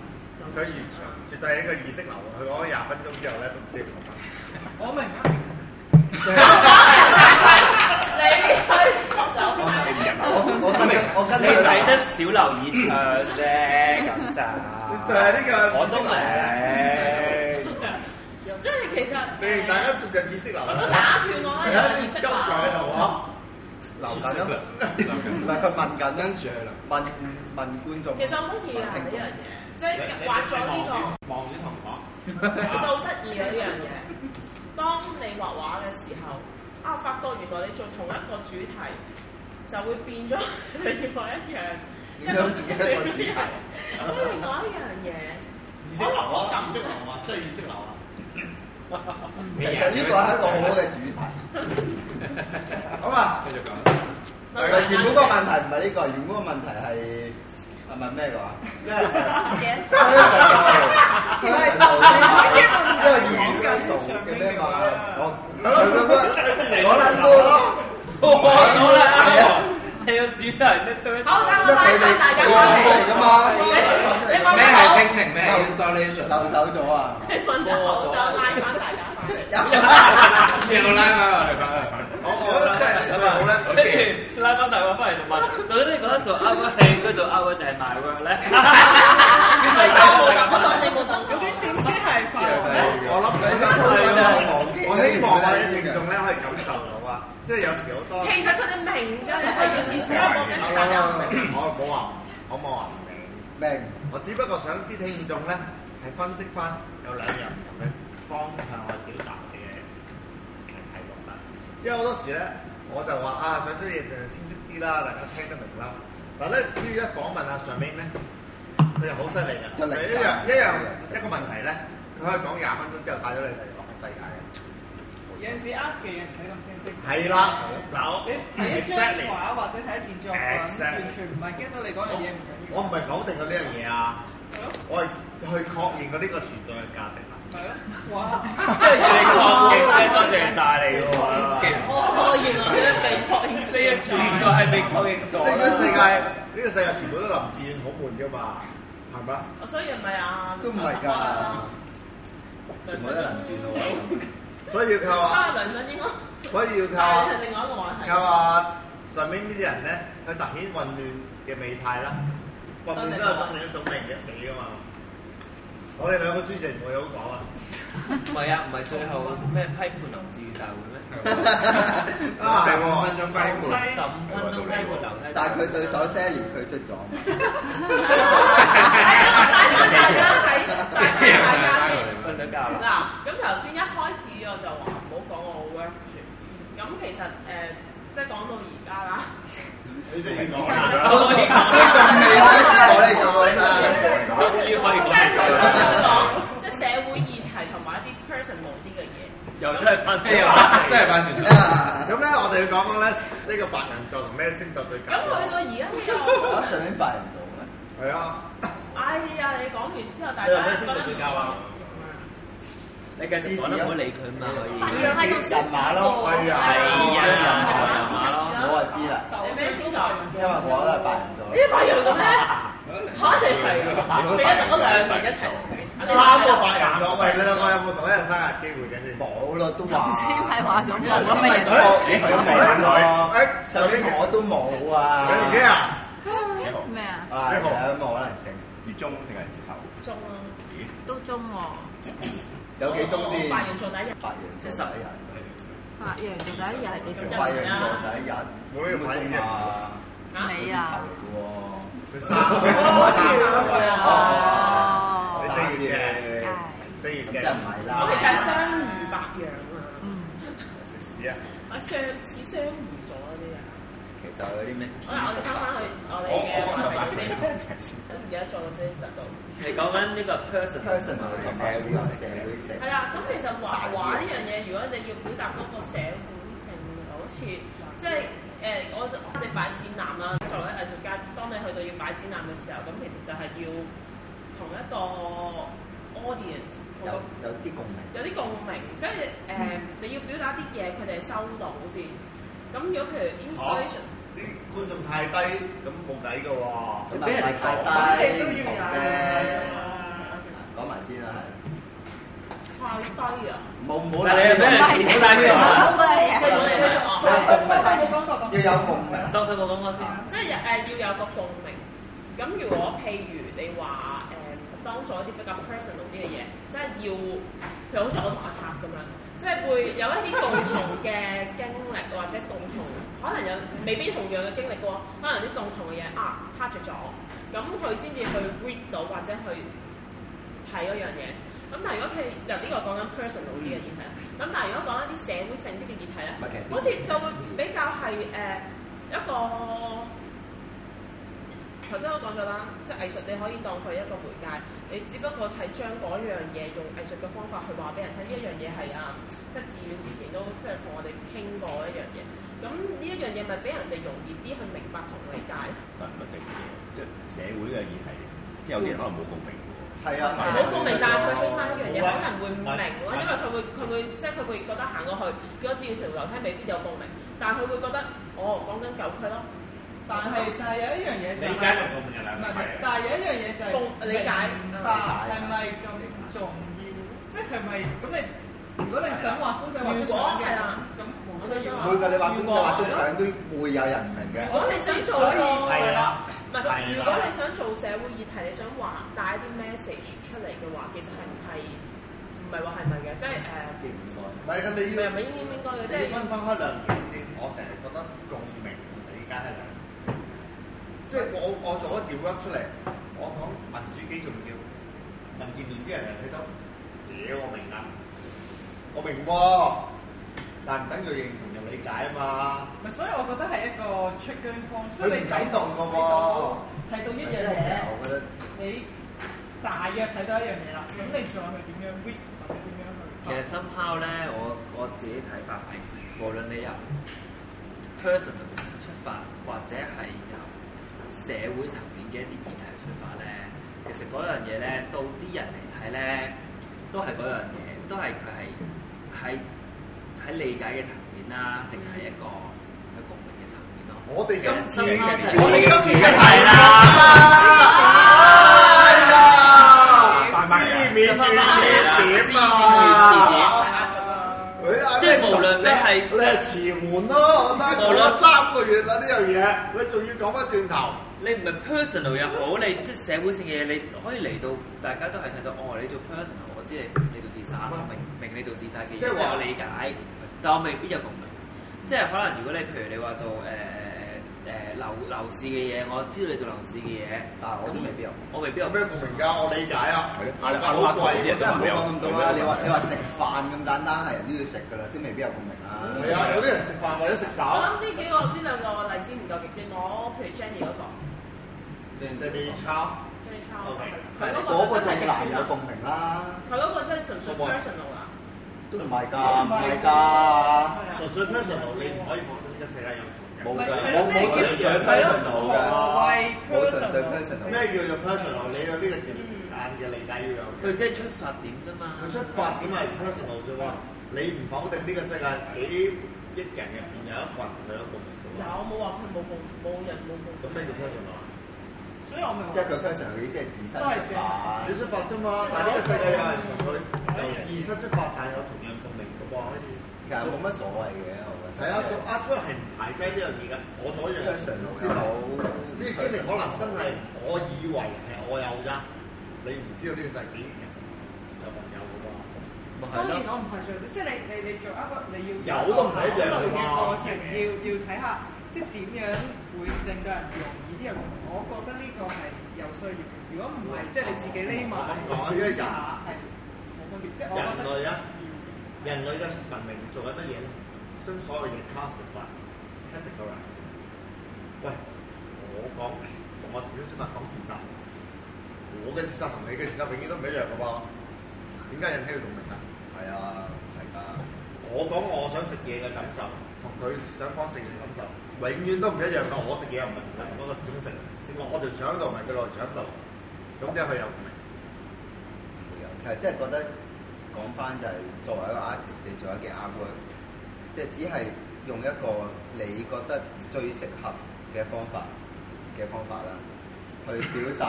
Speaker 3: 佢完全絕對係一個意識流。啊佢講咗廿分鐘之後咧，都唔知講乜。
Speaker 7: 我明啊。
Speaker 5: 你去講
Speaker 3: *laughs*
Speaker 5: 到
Speaker 6: 我係唔入流。
Speaker 1: 我跟你-我跟你-
Speaker 6: 你睇得少留意誒啫，咁
Speaker 3: 就
Speaker 6: 就
Speaker 3: 係呢個
Speaker 6: 我都明。
Speaker 5: 即係其實
Speaker 3: 你哋大家進入意識流啊
Speaker 5: 我
Speaker 3: 啦，
Speaker 5: 打斷我
Speaker 3: 大
Speaker 5: 啦，
Speaker 3: 家
Speaker 5: 有意
Speaker 3: 意識
Speaker 5: 識
Speaker 3: 流喺度啊，流緊咯。
Speaker 8: 跟住係啦，
Speaker 5: 其實好得意啊呢樣嘢，即係畫咗呢個。
Speaker 3: 望住同學，
Speaker 5: 其實好得意啊呢樣嘢。當你畫畫嘅時候，啊發覺原來你做同一個主題，就會變咗另外一樣，即係
Speaker 1: 變咗另一個主題
Speaker 5: 咁另外一樣嘢，
Speaker 3: 意識流啊，意識流啊，即係意識流啊。
Speaker 6: dạ.
Speaker 3: 好啊，
Speaker 8: 繼續講。
Speaker 6: 我講啦，你個主題咩 p
Speaker 5: 好，等我拉翻大家過嚟。你問
Speaker 8: 咩
Speaker 5: 得
Speaker 8: 係
Speaker 5: 好，
Speaker 8: 精靈？咩係 installation？
Speaker 5: 你問得好，就拉翻大家翻嚟。
Speaker 6: Dạ.
Speaker 1: Dạ.
Speaker 8: 又拉翻我哋翻嚟。
Speaker 3: 我我覺得真係真係好咧。
Speaker 6: 跟住拉翻大話翻嚟就問，到底你覺得做 outward 係佢做 outward 定係 my work 咧？
Speaker 5: 我冇當你冇當
Speaker 7: 咁啲點先係發
Speaker 3: 我
Speaker 7: 夢咧？
Speaker 3: 我諗佢真我希望我哋聽眾咧可以感受到啊，即係有時好多。
Speaker 5: 其實佢哋明㗎，你係要意思我講緊大家唔明。
Speaker 3: 我冇話，我冇話唔明，我只不過想啲聽眾咧係分析翻有兩樣唔同嘅方向去表達嘅題目啦。因為好多時咧，我就話啊，想啲嘢就清晰啲啦，大家聽得明啦。嗱咧，只要一訪問阿上面咧，佢就好犀利嘅，
Speaker 1: 就力
Speaker 3: 佢一樣一樣一個問題咧，佢可以講廿分鐘之後帶咗你嚟落個世界嘅。
Speaker 7: 有陣時 ask 嘅嘢唔使咁清晰。
Speaker 3: 係啦，嗱我
Speaker 7: 你睇一張
Speaker 3: exactly
Speaker 7: 畫或者睇一件作品，
Speaker 3: Exactly
Speaker 7: 完全唔係 get 到你嗰樣嘢唔緊要。
Speaker 3: 我唔係否定佢呢樣嘢啊，我係去確認佢呢個存在嘅價值啊。
Speaker 7: 係咯，哇！
Speaker 6: 即係你確認咧，多謝晒你喎。
Speaker 5: 哦，原來佢哋被確認
Speaker 6: 呢一次就係被確認
Speaker 3: 呢
Speaker 6: 咗
Speaker 3: 個世界，
Speaker 6: 啦。
Speaker 3: 呢個世界全部都林志遠好悶㗎嘛，係咪啊？
Speaker 5: 哦所以唔係啊，
Speaker 1: 都唔係㗎
Speaker 5: 啊
Speaker 1: 全部都能轉到
Speaker 5: *laughs*
Speaker 3: 所以佢話
Speaker 5: 啊，梁振英咯，
Speaker 3: 所以要靠
Speaker 5: 啊但係另外一個話題。
Speaker 3: 靠啊上面呢啲人咧，佢突顯混亂嘅美態啦。混亂都係分另一種明嘅美噶嘛。我哋兩個主持人冇嘢好講啊。
Speaker 6: 唔係啊，唔係最後咩批判林志宇大會咩？
Speaker 3: 啊
Speaker 8: 成個五分鐘批判。
Speaker 6: 十五分鐘批判劉梯。
Speaker 1: 但係佢對手 Sally 佢出咗，
Speaker 6: 瞓
Speaker 5: 大家大家睇，大家大家先。
Speaker 6: 咗覺啦。
Speaker 5: 嗱，咁頭先一開始我就話唔好講我 work 住，咁其實誒、呃即係講到而家啦，
Speaker 3: 你哋已經講
Speaker 5: 完
Speaker 3: 完
Speaker 5: 啦
Speaker 3: 啦。
Speaker 1: 都仲未開始講呢個真係。
Speaker 6: 終於可以
Speaker 5: 即
Speaker 6: 講
Speaker 5: 係
Speaker 6: 出
Speaker 5: 除咗
Speaker 6: 嚟啦
Speaker 5: 講即係社會議題同埋一啲 personal 啲嘅嘢，
Speaker 6: 又真係翻
Speaker 5: 啊
Speaker 6: 飛
Speaker 8: 真係反轉。
Speaker 1: 啊
Speaker 3: 咁咧，我哋要講講咧呢個白人座同咩星座最
Speaker 5: 咁
Speaker 3: 夾
Speaker 5: 去到
Speaker 3: 咯？
Speaker 5: 而家
Speaker 1: *laughs*
Speaker 5: 呢
Speaker 1: 我上面啊白人做咩？
Speaker 3: 係啊，
Speaker 5: 個，哎呀，你講完之後大
Speaker 3: 你有咩
Speaker 5: 家
Speaker 3: 星
Speaker 5: 覺
Speaker 3: 座
Speaker 5: 得
Speaker 3: 最夾啊？
Speaker 6: 你繼續講啦，唔好理佢嘛，可以。
Speaker 9: 要喺度
Speaker 1: 人馬咯，
Speaker 3: 係啊，
Speaker 6: 係
Speaker 3: 係啊
Speaker 6: 啊，
Speaker 1: 我就知啦，
Speaker 5: 你咩星座？
Speaker 1: 因為我都係白人做。
Speaker 5: 你白羊嘅咩？嚇你係㗎，你一直都兩年一齊，
Speaker 3: 三個白人座，喂，你兩個有冇同一日生日機會嘅先？
Speaker 1: 冇啦，都話。
Speaker 9: 係話咗
Speaker 1: 我
Speaker 9: 啊冇
Speaker 1: 都未
Speaker 3: *laughs*
Speaker 9: 乜嘢。
Speaker 1: 講，佢冇咯。
Speaker 3: 誒
Speaker 1: 上面我都冇啊。
Speaker 3: 你唔驚啊？
Speaker 4: 幾號？
Speaker 9: 咩啊？啊
Speaker 1: 啊，上冇可能成，
Speaker 4: 月中定係月頭？
Speaker 5: 中啦，
Speaker 9: 都中喎，
Speaker 1: 有幾鐘
Speaker 9: Ờ,
Speaker 1: 先？
Speaker 5: 白羊座第一日。
Speaker 1: 白羊座第一日。
Speaker 9: 發羊做第一日係幾時？
Speaker 1: 白羊座第一日。
Speaker 3: 冇呢個反應嘅。
Speaker 9: 尾啊！
Speaker 3: 佢
Speaker 1: 哦，
Speaker 9: 哦，
Speaker 1: 三月
Speaker 9: 係，
Speaker 3: 四月
Speaker 1: 咁
Speaker 3: 嘅
Speaker 1: 就唔係
Speaker 5: 我哋就係
Speaker 1: 啦。
Speaker 5: 雙魚白羊啊！
Speaker 9: 嗯，
Speaker 3: 食屎啊！
Speaker 5: 啊，上似雙魚座嗰啲啊！
Speaker 1: 其實有啲咩？
Speaker 5: 好啦，我哋翻翻去我哋嘅話題先，都唔記得咗啦，俾你窒到。
Speaker 6: 你講緊呢個 person
Speaker 1: personal 同社會社會性。
Speaker 5: 係啊啦，咁其實畫畫呢樣嘢，如果你要表達嗰個社會性，好似即係誒，我我哋擺展覽啦，作為藝術家，當你去到要擺展覽嘅時候，咁其實就係要同一個 audience 同
Speaker 1: 有
Speaker 5: 個
Speaker 1: 有啲共鳴。
Speaker 5: 有啲共鳴，即係誒、你要表達啲嘢，佢哋係收到先。咁如果譬如 inspiration，
Speaker 3: 啲觀眾太低，咁冇計嘅喎。
Speaker 6: 啊
Speaker 1: 咁俾人哋太低啫。講埋先啦，
Speaker 5: 太低啊！
Speaker 1: 係冇冇
Speaker 6: 但係你係俾人好大呢個啊？
Speaker 5: 即係我哋咧，哦
Speaker 1: 要有共鳴。
Speaker 6: 當佢冇講過先。
Speaker 5: 即係誒要有個共鳴。咁如果譬如你話誒、當做一啲比較 personal 啲嘅嘢，即係要譬如好似我同阿塔咁樣，即係會有一啲共同嘅經歷或者共同，可能有未必同樣嘅經歷過，可能啲共同嘅嘢啊 touch 咗，咁佢先至去 read 到或者去睇嗰樣嘢。咁但係如果譬如由呢個講緊 personal 啲嘅議題，咁但係如果講一啲社會性啲嘅議題咧
Speaker 1: 唔嗯係其實
Speaker 5: 好似就會比較係誒、一個頭先我講咗啦，即係藝術你可以當佢一個媒介，你只不過係將嗰樣嘢用藝術嘅方法去話俾人聽，呢一樣嘢係啊，即係志遠之前都即係同我哋傾過一樣嘢。咁呢一樣嘢咪俾人哋容易啲去明白同理解，
Speaker 4: 但唔一定嘅，即係社會嘅議題，即係有啲人可能冇共鳴嘅喎。
Speaker 1: 係啊，
Speaker 5: 冇共鳴，但係佢起碼一樣嘢可能會唔明咯，
Speaker 4: 啊
Speaker 5: 因為佢會佢會即係佢會覺得行過去，如果志遠條樓梯未必有共鳴，但係佢會覺得哦講緊舊區咯，
Speaker 7: 但係但係有一樣嘢就
Speaker 3: 理
Speaker 7: 係
Speaker 3: 解同共鳴係兩
Speaker 7: 唔
Speaker 3: 個
Speaker 7: 係
Speaker 3: 題嚟。
Speaker 7: 但係有一樣嘢就係
Speaker 5: 共理解
Speaker 7: 明白係咪咁重要？即係咪咁你？如果你想畫公仔畫出腸嘅，咁冇得要。
Speaker 1: 每個你話公仔畫張相都會有人唔明嘅。
Speaker 5: 我哋想做
Speaker 7: 所以
Speaker 5: 個
Speaker 3: 係啦，
Speaker 1: 啊
Speaker 5: 唔係，如果你想做社會議題，你想話帶一啲 message 出嚟嘅話，其實係唔係唔係話係咪嘅？即係
Speaker 1: 唔錯。
Speaker 3: 唔係咁，你
Speaker 5: 誒，
Speaker 3: 要
Speaker 5: 係咪應應唔應該嘅？即
Speaker 3: 你
Speaker 5: 係
Speaker 3: 分分開兩件先。我成日覺得共鳴同理解係兩件事，即係我我做一條 work 出嚟，我講民主幾重要，民建聯啲人就睇到，屌我明啦，我明喎，但唔等於認同就理解啊嘛。
Speaker 7: 咪所以我覺得係一個 trigger point，即係
Speaker 3: 佢
Speaker 7: 你
Speaker 3: 唔
Speaker 7: 睇
Speaker 3: 感動嘅喎，
Speaker 7: 睇到一
Speaker 1: 真
Speaker 7: 樣
Speaker 1: 係
Speaker 7: 嘢，
Speaker 1: 我覺得
Speaker 7: 你大約睇到一樣嘢啦，咁你再去點樣 read 或者點樣去
Speaker 6: 其實 somehow 咧，我我自己睇法係，無論你由 personal 出發，或者係由社會層面嘅一啲議題出發咧，其實嗰樣嘢咧，到啲人嚟睇咧，都係嗰樣嘢，都係佢係喺喺理解嘅層面啦，定係一個有共鳴嘅層面咯。
Speaker 3: 我哋今次
Speaker 6: 深刻就係
Speaker 3: 我哋今次嘅題
Speaker 6: 啦
Speaker 3: 啦，
Speaker 6: 慢慢嚟
Speaker 3: 知面對知點
Speaker 6: 知面對知點
Speaker 3: 啊！
Speaker 5: 壓咗啦。
Speaker 3: 佢啊
Speaker 6: 即係無論你係係
Speaker 3: 你係遲緩咯，我覺得
Speaker 6: 冇
Speaker 3: 講
Speaker 6: 啦
Speaker 3: 咗三個月啦呢樣嘢，你仲要講翻轉頭，
Speaker 6: 你唔係 personal 又好，你即係社會性嘅嘢，你可以嚟到大家都係睇到，哦，你做 personal，我知你你做自殺，我明明你做自殺嘅嘢，
Speaker 3: 即係話
Speaker 6: 我理解，但我未必有共鳴。即係可能如果你譬如你話做誒誒樓樓市嘅嘢，我知道你做樓市嘅嘢，
Speaker 1: 但係我都未必有。
Speaker 6: 我未必有
Speaker 3: 有咩共鳴㗎？我理解啊，
Speaker 4: 係
Speaker 3: 係啊，
Speaker 4: 咯
Speaker 3: 好貴
Speaker 4: 我
Speaker 3: 㗎
Speaker 1: 真係唔
Speaker 3: 啫。
Speaker 1: 好講咁多
Speaker 3: 啊
Speaker 1: 啦！你話你話食飯咁簡單，係人都要食噶啦，都未必有共鳴啦。
Speaker 3: 係啊，有啲人食飯為咗食
Speaker 5: 我
Speaker 3: 飽，
Speaker 5: 諗呢幾個呢兩個例子唔夠極端，我譬如 Jenny 嗰個
Speaker 1: 即
Speaker 3: 即係你抄。
Speaker 5: Jenny
Speaker 3: OK
Speaker 5: Chow，佢嗰個
Speaker 1: 嗰個
Speaker 5: 就真
Speaker 1: 仲
Speaker 5: 係極
Speaker 1: 難
Speaker 5: 端
Speaker 1: 有共
Speaker 5: 啦，
Speaker 1: 鳴啦，
Speaker 5: 佢嗰個真係純粹 personal 啦。
Speaker 1: 都唔係㗎，唔係㗎，
Speaker 3: 純粹 personal，你唔可以講到呢個世界有唔
Speaker 1: 冇
Speaker 3: 同
Speaker 1: 㗎，
Speaker 3: 嘅。
Speaker 1: 冇冇純粹 personal 㗎，冇純粹 personal。
Speaker 3: 咩叫做 personal？你有呢個字眼嘅理解要有。
Speaker 6: 佢即係出發點啫嘛。
Speaker 3: 佢出發點係 personal 啫喎，你唔否定呢個世界幾億人入邊有一群佢有共鳴嘅
Speaker 5: 有
Speaker 3: 喎，
Speaker 5: 冇話佢冇冇冇人冇冇？
Speaker 3: 咁咩叫 personal 啊？
Speaker 7: 所以我咪話
Speaker 1: 即係佢 personal 嘅意思係自身出發
Speaker 3: 你。出發啫嘛，但係呢個世界有人同佢由自身出發，但係有同樣共鳴嘅喎，可以。
Speaker 1: 其實冇乜所謂嘅，我覺
Speaker 3: 係
Speaker 1: 得。
Speaker 3: 啊，做 art 係唔排擠呢樣嘢㗎，我做一樣嘢
Speaker 1: personal
Speaker 3: 知
Speaker 1: 嘅
Speaker 3: 道。
Speaker 1: 好，
Speaker 3: 呢啲經歷可能真係我以為係我有㗎，你唔知道呢個世界幾人有朋友嘅喎。
Speaker 6: 咪
Speaker 7: 當
Speaker 6: 係
Speaker 7: 然
Speaker 6: 咯，
Speaker 7: 我唔排除，即係你你你做一個你要
Speaker 3: 有都唔係一樣㗎
Speaker 7: 類嘅
Speaker 3: 嘛
Speaker 7: 過程，要要睇下即係點樣會令到人容易啲入門。我覺得呢個係有需要嘅。如果唔係，即係你自己匿埋
Speaker 3: 我咁講因為人啊
Speaker 7: 查係啊冇分別。即係我哦
Speaker 3: 人
Speaker 7: 覺得
Speaker 3: 類啊，人類嘅文明做緊乜嘢咧？將所有嘢 classify、categorize。喂，我講從我自己出發講自殺，我嘅自殺同你嘅自殺永遠都唔一樣嘅噃。點解人聽要共鳴啊？
Speaker 1: 係啊，係㗎。
Speaker 3: 我講我想食嘢嘅感受，同佢想講食嘢嘅感受，永遠都唔一樣㗎。我食嘢又唔係同佢同嗰個小食，食落我條腸度唔係佢落條腸度，咁點解佢又唔明？
Speaker 1: 其實真係覺得講翻就係作為一個 artist，你做一件 artwork，即係只係用一個你覺得最適合嘅方法嘅方法啦，去表
Speaker 3: *laughs*
Speaker 1: 達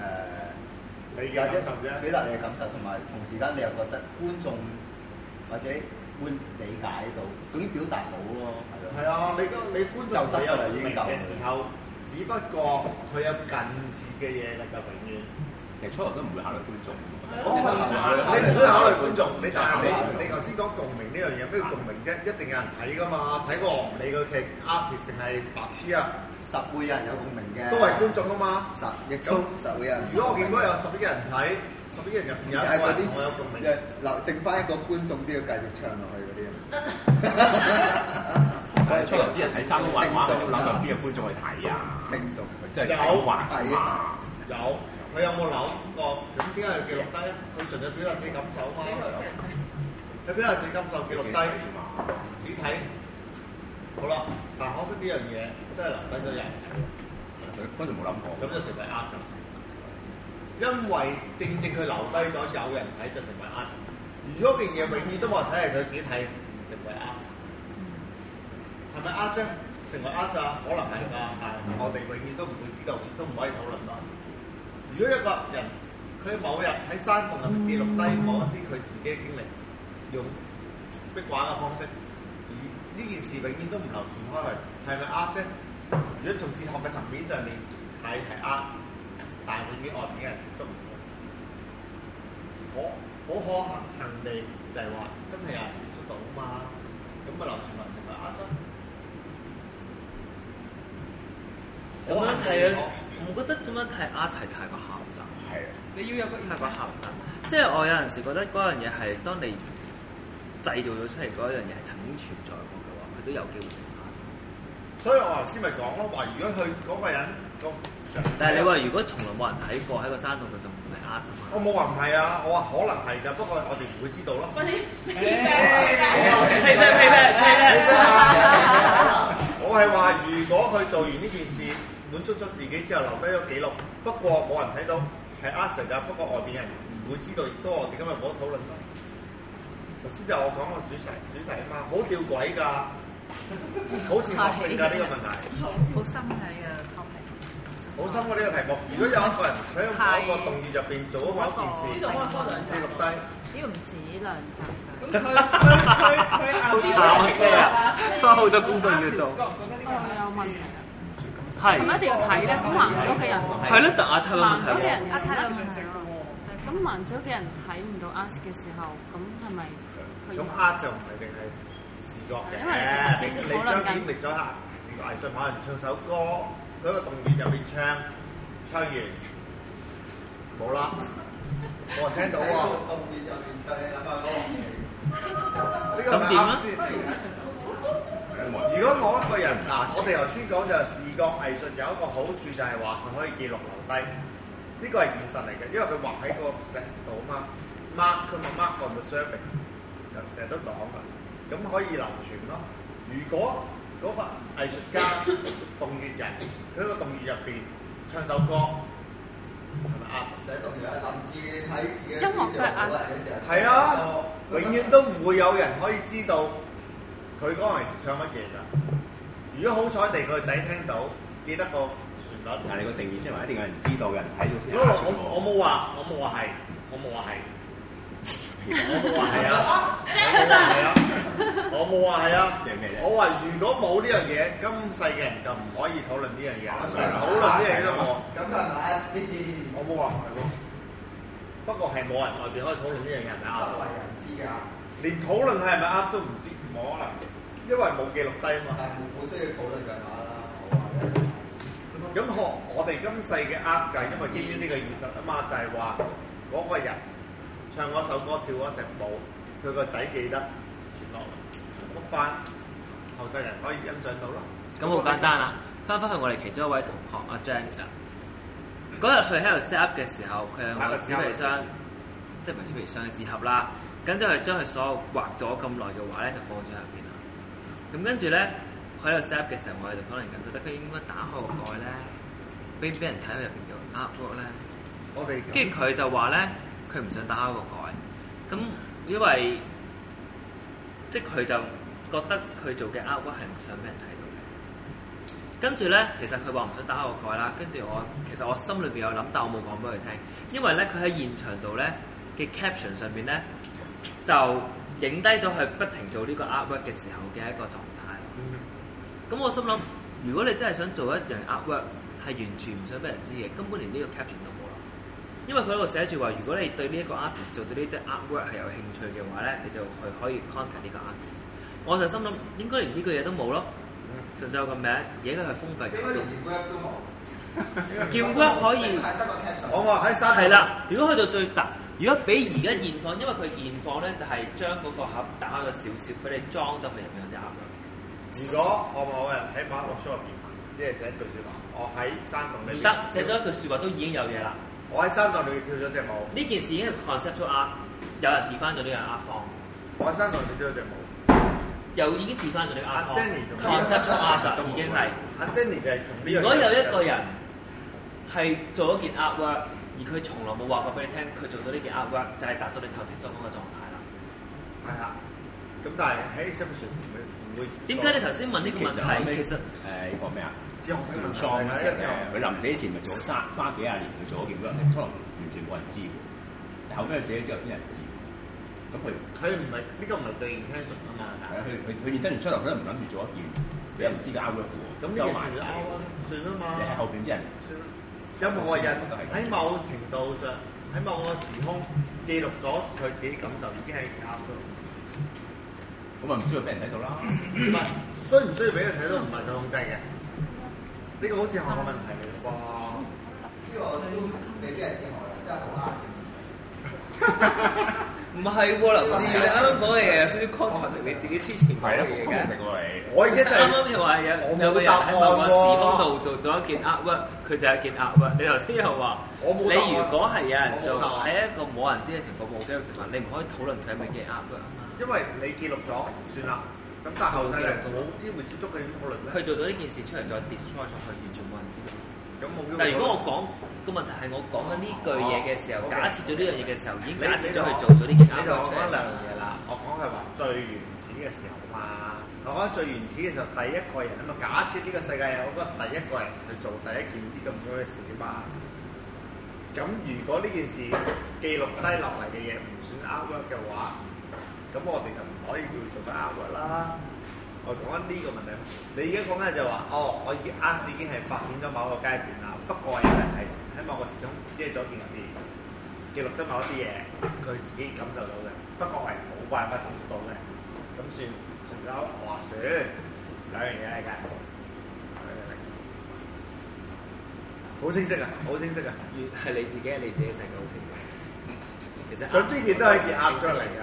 Speaker 1: 誒、
Speaker 3: 你
Speaker 1: 或
Speaker 3: 嘅
Speaker 1: 者
Speaker 3: 感受啫。
Speaker 1: 表達你嘅感受，同埋同時間你又覺得觀眾或者會理解到，總之表達到咯，係咯。
Speaker 3: 係啊，你個你觀眾佢有共鳴嘅時候，只不過佢有近似嘅嘢啦，就永遠。
Speaker 4: 其實初頭都唔會考慮觀眾，
Speaker 5: 係
Speaker 1: 咯
Speaker 3: 你唔需要考慮觀眾，你但係你你頭先講共鳴呢樣嘢，咩叫共鳴啫？一定有人睇噶嘛，睇過我唔理佢劇 artist 定係白痴啊，
Speaker 1: 實會有人有共鳴嘅，
Speaker 3: 都係觀眾啊嘛。
Speaker 1: 實，亦都實會有人。
Speaker 3: 如果我見到有十億人睇，十億人入邊有一個人同我有共鳴，
Speaker 1: 留剩翻一個觀眾都要繼續唱落去嗰啲啊。
Speaker 4: 但係初頭啲人睇三幅畫畫，都諗下邊個觀眾去睇啊？
Speaker 1: 聽眾
Speaker 4: 佢真係睇畫嘛？
Speaker 3: 有佢有冇諗過？咁點解要記錄低咧？佢純粹表達自己感受啊嘛，佢表達自己感受記錄低。
Speaker 4: 嘛？
Speaker 3: 點睇？好啦，但可惜呢樣嘢真係留低咗人，
Speaker 4: 佢嗰陣冇諗過
Speaker 3: 咁。就成為壓軸。因為正正佢留低咗有人睇，就成為壓軸。如果件嘢永遠都冇人睇，係佢自己睇，唔成為壓軸。係咪壓啫？成為壓咋？可能係㗎，但係我哋永遠都唔會知道，亦都唔可以討論到。如果一個人佢某日喺山洞入面記錄低某一啲佢自己嘅經歷，用壁畫嘅方式，而呢件事永遠都唔流傳開去，係咪呃啫？如果從哲學嘅層面上面係係呃，但係永遠外面嘅人接觸唔到。可好可行行地就係話真係有人接觸到啊嘛，咁咪流傳埋成為呃啫。
Speaker 6: 咁樣睇啊，我覺得咁樣睇啊阿齊太過狹窄。
Speaker 4: 係啊，
Speaker 7: 你要有個
Speaker 6: 太過狹窄。即係我有陣時覺得嗰樣嘢係當你製造咗出嚟嗰樣嘢係曾經存在過嘅話，佢都有機會成發生。
Speaker 3: 所以我頭先咪講咯，話如果佢嗰個人個常，
Speaker 6: 但係你話如果從來冇人睇過喺個山洞度，就唔係呃啫
Speaker 3: 我
Speaker 6: 嘛。
Speaker 3: 冇話唔係啊，我話可能係㗎，不過我哋唔會知道咯。
Speaker 5: 快啲
Speaker 6: 係咩係咩
Speaker 3: 我係話，如果佢做完呢件事，滿足咗自己之後，留低咗記錄，不過冇人睇到係呃陣㗎，不過外邊人唔會知道，亦都我哋今日冇得討論到。頭先就我講個主題主題啊嘛，好吊詭㗎，好哲學性㗎呢個問題，
Speaker 2: 好好心理嘅 topic。
Speaker 3: 好深㗎呢個題目。如果有一個人佢喺某一個洞穴入邊做咗某一件
Speaker 5: 呢
Speaker 3: 事
Speaker 5: 度，可以多兩
Speaker 3: 記錄
Speaker 5: 集。
Speaker 3: 低，
Speaker 9: 只要唔止兩集
Speaker 7: 咁
Speaker 9: 㗎。
Speaker 7: 佢佢佢佢
Speaker 6: 好慘啊真係啊花好多工作要做
Speaker 7: 覺唔覺得呢個
Speaker 2: 我有問題
Speaker 7: 事
Speaker 2: 啦，
Speaker 6: 係
Speaker 2: 係咪一定要睇咧？咁盲咗嘅人，
Speaker 6: 係咯，但阿泰有
Speaker 2: 盲
Speaker 6: 問題
Speaker 2: 咗嘅
Speaker 6: 喎
Speaker 2: 人
Speaker 9: 阿
Speaker 2: 睇
Speaker 9: 泰
Speaker 2: 啦
Speaker 9: 有問
Speaker 7: 正
Speaker 9: 題
Speaker 7: 式嘅
Speaker 9: 咯。
Speaker 7: 喎，
Speaker 2: 咁盲咗嘅人睇唔到 ask 嘅時候，咁係咪佢
Speaker 3: 咁黑就唔係淨係視覺嘅，
Speaker 2: 因為你哋頭先
Speaker 3: 你
Speaker 2: 討論
Speaker 3: 將
Speaker 2: 緊
Speaker 3: 點力咗下視覺藝術，可能唱首歌，佢一個動作入邊唱，唱完冇啦，我聽到喎，呢個
Speaker 6: 咁
Speaker 3: 咪
Speaker 6: 點
Speaker 3: 啱
Speaker 6: 啊
Speaker 3: 先。如果我一個人嗱，我哋頭先講就係視覺藝術有一個好處就係話佢可以記錄留低，呢個係現實嚟嘅，因為佢畫喺個石度嘛，mark 佢咪 mark on the surface，就成日都講㗎，咁可以流傳咯。如果嗰個藝術家洞穴人，佢喺個洞穴入邊唱首歌，係咪啊？係啊，永遠都唔會有人可以知道佢嗰陣時唱乜嘢㗎。如果好彩地佢個仔聽到，記得個旋律。
Speaker 4: 但係你個定義即係話一定有人知道，有人睇到先
Speaker 3: 我
Speaker 4: 有下傳
Speaker 3: 我我冇話，我冇話係，我冇話係，我冇
Speaker 7: 哦
Speaker 3: 話係啊，我冇話係啊，我冇話係啊
Speaker 4: 即係咩啫。
Speaker 3: 我話如果冇呢樣嘢，今世嘅人就唔可以討論呢樣嘢
Speaker 4: 啊
Speaker 3: 啦。討論呢樣嘢我我冇話唔係喎。不過係冇人外邊可以討論呢樣嘢係咪啱？連討論係咪啱都唔知，冇可能嘅，因為冇記錄低啊嘛。咁我我哋今世嘅呃就係因為基於呢個現實啊嘛，就係話嗰個人唱嗰首歌、跳嗰隻舞，佢個仔記得傳落嚟，重複翻，後世人可以欣賞到咯。
Speaker 6: 咁好簡單啦。翻返去我哋其中一位同學阿 Jack 啦，嗰日佢喺度 set up 嘅時候，佢用個
Speaker 3: 啊
Speaker 6: 紙皮箱，即係唔係紙皮箱嘅紙盒啦，咁之後將佢所有畫咗咁耐嘅畫咧就放咗喺入邊啦。咁跟住咧，佢喺度 set up 嘅時候，我哋就討論緊，覺得佢應該打開個蓋咧，俾唔俾人睇佢入邊嘅 artwork 咧？
Speaker 3: 我哋
Speaker 6: 跟住佢就話咧，佢唔想打開個蓋，咁因為即係佢就覺得佢做嘅 outwork 係唔想俾人睇到嘅。跟住咧，其實佢話唔想打開個蓋啦。跟住我其實我心裏邊有諗，但我冇講俾佢聽，因為咧佢喺現場度咧嘅 caption 上邊咧就影低咗佢不停做呢個 outwork 嘅時候嘅一個狀態。咁我心諗，如果你真係想做一樣 artwork，係完全唔想俾人知嘅，根本連呢個 caption 都冇啦。因為佢喺度寫住話，如果你對呢一個 artist 做到呢啲 artwork 係有興趣嘅話咧，你就去可以 contact 呢個 artist。我就心諗，應該連呢個嘢都冇咯，純粹有個名，而家佢係封閉嘅。
Speaker 3: 我話啊喺山
Speaker 6: 係，啦，如果去到最突，如果比而家現況，因為佢現況咧就係將嗰個盒打開咗少少，佢哋裝咗佢入面有隻 artwork。
Speaker 3: 如果我某人喺某一個 show 入邊，即係寫一句説話，我喺山洞
Speaker 6: 唔
Speaker 3: 裏邊
Speaker 6: 得，寫咗一句説話都已經有嘢啦。
Speaker 3: 我喺山洞裏邊跳咗隻舞，
Speaker 6: 呢件事已經係 conceptual art，有人 define 咗呢樣 art form，
Speaker 3: 我喺山洞裏邊跳咗隻舞。
Speaker 6: 又已經 define 咗呢個 art
Speaker 3: 阿 Jenny 同
Speaker 6: form，conceptual art 啦已經係。
Speaker 3: 阿 Jenny 就係同呢樣嘢
Speaker 6: 如果有一個人係做咗件 artwork，而佢從來冇話過俾你聽，佢做咗呢件 artwork 就係達到你頭先所講嘅狀態啦。
Speaker 3: 係啦，咁但係喺新聞上唔會唔會
Speaker 6: 點解你頭先問呢個問題？其實
Speaker 4: 誒呢個咩啊？
Speaker 3: 哲學性
Speaker 4: 唔
Speaker 3: 問題
Speaker 4: 喪嘅時
Speaker 3: 係啊一
Speaker 4: 候
Speaker 3: 個
Speaker 4: 咧，佢臨死之前咪做咗三三幾廿年，佢做咗件 work，可能完全冇人知喎。但後尾佢死咗之後先有人知喎。咁佢
Speaker 3: 佢唔係呢個唔係對 intention 啊嘛，
Speaker 4: 係啊，佢佢佢認真完出嚟，佢都唔諗住做一件佢又唔知嘅 outwork
Speaker 3: 咁呢件
Speaker 4: 喎，收埋
Speaker 3: 事
Speaker 4: 晒
Speaker 3: 就啊
Speaker 4: 喎。
Speaker 3: 算啦嘛
Speaker 4: 你，喺後邊啲人
Speaker 3: 算啦。任何人喺某程度上，喺某個時空記錄咗佢自己感受，已經係啱嘅。
Speaker 4: 咁咪唔需要俾人睇到啦。
Speaker 3: 唔係需唔需要俾佢睇到，唔係佢控制嘅。呢個好似學嘅問題嚟嘅啩。
Speaker 6: 唔係喎，劉志，你啱啱講嘅嘢有少少 contradict 你自己之前講
Speaker 4: 係
Speaker 6: 嘅
Speaker 4: 啦，
Speaker 6: 嘢
Speaker 4: 好
Speaker 6: 嘅
Speaker 4: 公。平喎你。
Speaker 3: 我而家就
Speaker 6: 啱
Speaker 3: 係
Speaker 6: 啱又話有
Speaker 3: 我冇
Speaker 6: 有個人喺某個
Speaker 3: 答案
Speaker 6: 時
Speaker 3: 喎
Speaker 6: 空度做咗一件 artwork，佢就係一件 artwork。你頭先又話，
Speaker 3: 我冇
Speaker 6: 你
Speaker 3: 答案
Speaker 6: 如果係有人做
Speaker 3: 我冇答案
Speaker 6: 喺一個冇人知嘅情況冇記錄嘅情況，你唔可以討論佢係咪件 artwork 啊嘛。
Speaker 3: 因為你記錄咗算啦，咁但係後世人冇機會接觸佢點討論咧
Speaker 6: 佢。做咗呢件事出嚟再 destroy 咗佢，完全冇人知道。
Speaker 3: 咁冇機會討論。
Speaker 6: 但係如果我講個問題係我講緊呢句嘢嘅時候，
Speaker 3: 哦，OK
Speaker 6: 假設咗呢樣嘢嘅時候，已經
Speaker 3: 你你
Speaker 6: 假設咗佢
Speaker 3: 就
Speaker 6: 做咗呢件 artwork
Speaker 3: 你就講
Speaker 6: 出嚟
Speaker 3: 緊兩樣嘢啦。我講係話最原始嘅時候嘛。我講最原始嘅時候，第一個人啊嘛。假設呢個世界有個第一個人去做第一件啲咁樣嘅事嘛。咁如果呢件事記錄低落嚟嘅嘢唔算 artwork 嘅話，咁我哋就唔可以叫做佢 artwork 啦。我講緊呢個問題，你而家講緊就話，哦，我已 art 已經係發展咗某個階段啦，不過有人係喺某個時空知咗件事，記錄得某一啲嘢，佢自己感受到嘅，不過係冇辦法接觸到嘅，咁算同咗滑雪兩樣嘢嚟㗎。好清晰啊！好清晰啊！
Speaker 6: 越係你自己係你自己世界好清晰。其實呃
Speaker 3: 佢中意都係件鴨出嚟㗎。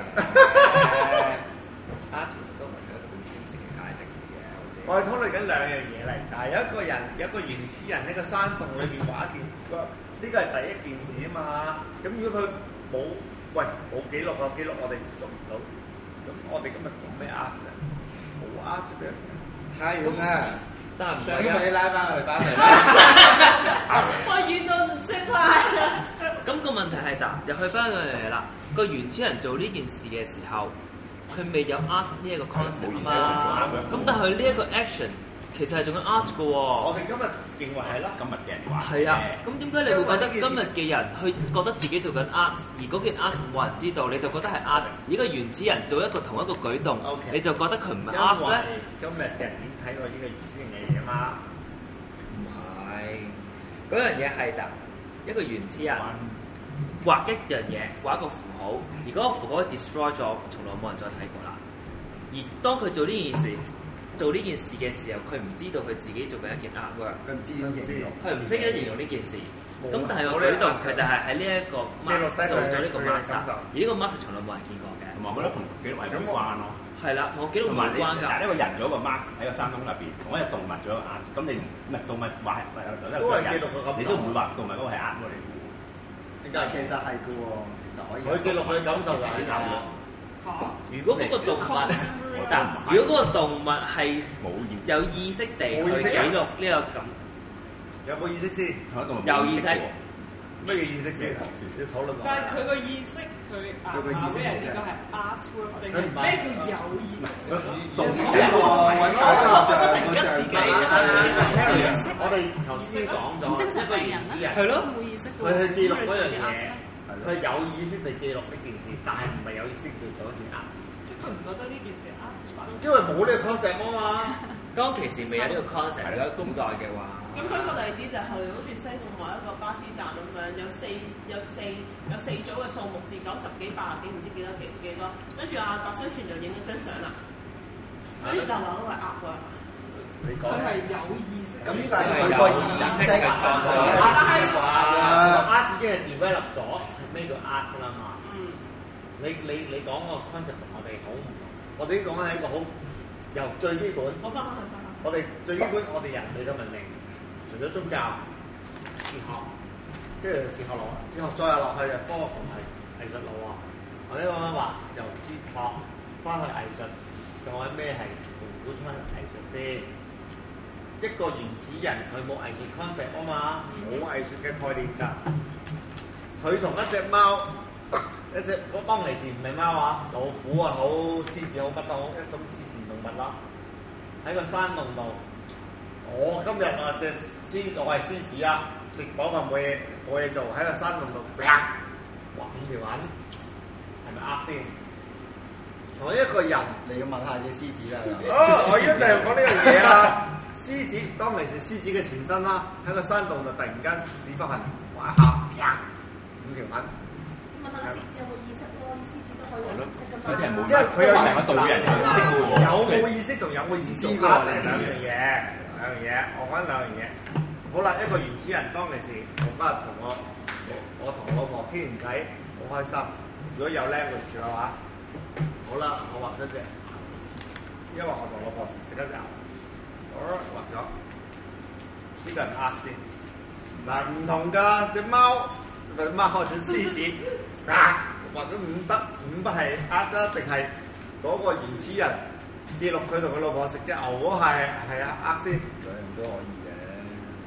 Speaker 6: art 呃都唔係一個好清晰嘅界定嘅，我自己
Speaker 3: 我哋討論緊兩樣嘢嚟，但係有一個人，有一個原始人喺個山洞裏邊畫一件，呢個係第一件事啊嘛。咁如果佢冇喂冇記錄啊，記錄我哋接觸唔到，咁我哋今日講咩 art 啫？冇 art 啫，
Speaker 8: 太遠啦，
Speaker 6: 得唔
Speaker 8: 想
Speaker 6: 係啊
Speaker 8: 幫你？拉翻去翻嚟
Speaker 6: *laughs*
Speaker 8: 啦。
Speaker 5: 我遠到唔識派啊！
Speaker 6: 咁個問題係嗱，又去翻嗰樣嘢啦。個原始人做呢件事嘅時候，佢未有 art 呢一個 concept 啊嘛。咁但係佢呢一個 action 其實係做緊 art 嘅
Speaker 3: 我
Speaker 6: 喎。
Speaker 3: 哋今日認為係咯。
Speaker 4: 今日嘅人話
Speaker 6: 係啊，咁點解你會覺得今日嘅人去覺得自己做緊 art，而嗰件 art 冇人知道，你就覺得係 art？而個原始人做一個同一個舉動
Speaker 3: OK
Speaker 6: 你就覺得佢唔
Speaker 3: 因
Speaker 6: 係
Speaker 3: 為
Speaker 6: art 咧？
Speaker 3: 今日嘅人已經睇過呢個原先嘅嘢嘛，
Speaker 6: 唔係，嗰樣嘢係嗱，一個原始人畫一樣嘢，畫一個符號，而嗰個符號 destroy 咗，從來冇人再睇過啦。而當佢做呢件事，做呢件事嘅時候，佢唔知道佢自己做緊一件 artwork，
Speaker 1: 佢唔知點形容，啊
Speaker 6: 佢唔識得形容呢件事。
Speaker 3: 冇
Speaker 6: 咁但係
Speaker 3: 冇
Speaker 6: 個
Speaker 3: 呢個
Speaker 6: 舉動
Speaker 3: mark
Speaker 6: 佢就係喺呢一個
Speaker 3: 記錄
Speaker 6: mask
Speaker 3: 低佢
Speaker 6: 做咗呢個
Speaker 3: 佢嘅
Speaker 6: mask，啊
Speaker 3: 感受
Speaker 6: 而呢個 mask 從來冇人見過嘅。
Speaker 4: 同埋我覺得同記錄係有關咯。
Speaker 6: 係啦，同我記錄
Speaker 4: 同
Speaker 6: 冇
Speaker 4: 埋你
Speaker 6: 關
Speaker 4: 嗱，
Speaker 6: 㗎
Speaker 4: 一。個人做一個 mark 喺個山窿入邊，同一隻動物做一個 art，咁你唔唔係動物畫係
Speaker 3: 都係記錄佢感受
Speaker 4: 你都唔會話動物嗰個係 art 嚟嘅喎。
Speaker 3: 點
Speaker 1: 但係
Speaker 3: 解
Speaker 1: 其實係嘅喎，其實可以。
Speaker 3: 佢記錄佢嘅感受就係啱嘅。
Speaker 6: 如果嗰個動物，嗱，如果嗰個動物係
Speaker 4: 冇意，
Speaker 6: 有意識地
Speaker 3: 冇意
Speaker 6: 去
Speaker 3: 識
Speaker 6: 記
Speaker 3: 啊
Speaker 6: 錄呢個咁，
Speaker 3: 有冇意識先？
Speaker 4: 同一動物
Speaker 6: 有
Speaker 4: 冇
Speaker 6: 意識
Speaker 4: 嘅喎
Speaker 3: 咩叫意識先？要討論
Speaker 7: 但係
Speaker 3: 下。
Speaker 7: 佢個意識，佢啊
Speaker 1: 佢個意識
Speaker 7: 咩人呢個係 artwork 定係咩叫有意識？
Speaker 3: *laughs*
Speaker 1: 動物
Speaker 3: 啊
Speaker 1: 揾大象個象鼻
Speaker 3: 我哋頭先講咗
Speaker 10: 精神病人
Speaker 3: 一個原始
Speaker 10: 咧
Speaker 3: 人
Speaker 6: 係咯。
Speaker 10: 冇意識
Speaker 3: 佢去記錄嗰樣
Speaker 10: 嘅
Speaker 3: 嘢，佢有意識地記錄呢件事，但係唔係有意識地做一件啱，
Speaker 7: 即係佢唔覺得呢件事係 art 發生。
Speaker 3: 因為冇呢個 concept 啊嘛。
Speaker 6: *laughs* 當其時未有呢個 concept，
Speaker 4: 係
Speaker 6: 如果古代嘅話，
Speaker 5: 咁舉個例子就係、好似西貢某一個巴士站咁樣，有四有四有四組嘅數目字，九十幾、八十幾，唔知幾多幾幾多，跟住阿白相傳就影咗張相啦，跟住就話嗰個係鴨喎，
Speaker 3: 你
Speaker 7: 佢
Speaker 3: 講
Speaker 7: 係有意識。
Speaker 1: 咁呢個係佢個意識
Speaker 3: 啊，自己係 develop 咗，係咩叫 art 啦嘛？
Speaker 5: 嗯，
Speaker 3: 你你你講個 concept 同我哋好唔同，我哋已經講緊係一個好由最基本，
Speaker 5: 我翻返去翻返去，
Speaker 3: 我哋最基本我哋人類嘅文明，除咗宗教、哲學，跟住哲學落，哲學再落去就科學同埋藝術路啊。我哋咁樣話由哲學翻去藝術，仲有咩係盤古出藝術先？一個原始人佢冇藝術 concept 啊嘛，冇藝術嘅概念㗎。佢同一隻貓， *coughs* 一隻嗰當其時唔係貓啊，老虎啊好，獅子好，乜都好，一種獅前動物啦。喺個山洞度，我今日啊隻獅，我係獅子啊，食飽飯冇嘢冇嘢做，喺個山洞度啪揾條揾，係咪呃啱先？同一個人。
Speaker 1: 你要問下隻獅子啦。
Speaker 3: 啊！我而家就係講呢樣
Speaker 1: *laughs*
Speaker 3: 嘢啦。獅子當其時，獅子嘅前身啦，喺個山洞就突然間屎忽痕，哇下啪五條痕，
Speaker 11: 問下獅子有冇意識咯，獅子都可以有意識㗎
Speaker 4: 所以啲人冇
Speaker 11: 嘛。
Speaker 3: 因為佢有
Speaker 4: 因為我導人有識喎
Speaker 3: 有冇意識同有冇意識做
Speaker 1: 唔知喎
Speaker 3: 啦，就係兩樣嘢，兩樣嘢，我講緊兩樣嘢。好啦，一個原始人當其時，我今日同我我同我老婆傾完偈，好開心。如果有 language 嘅話，好啦，我畫咗只牛，因為我同我老婆食緊牛，好啦畫咗。呢個人呃先，嗱唔同㗎，只貓只貓只獅子啊，畫咗五筆，五筆係呃啫，定係嗰個原始人記錄佢同佢老婆食只牛嗰係係啊呃先？
Speaker 1: 兩樣都可以嘅，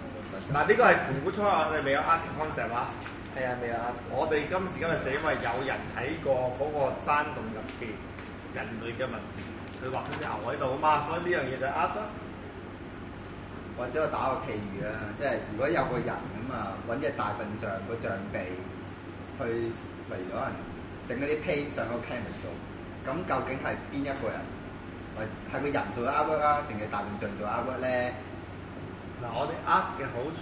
Speaker 1: 我覺得。
Speaker 3: 嗱呢個係盤古初啊，我哋未有呃 concept 啊。
Speaker 6: 係啊，未有 art。
Speaker 3: 我哋今時今日就因為有人睇過嗰個山洞入邊人類嘅文明，佢畫咗只牛喺度啊嘛，所以呢樣嘢就呃咗。
Speaker 1: 或者我打個譬如啦，即係如果有個人咁啊，揾只大笨象個象鼻去，例如可能整嗰啲 paint 上個 canvas 度，咁究竟係邊一個人？或係個人做 artwork 啊，定係大笨象做 artwork 咧？
Speaker 3: 嗱，我哋 art 嘅好處，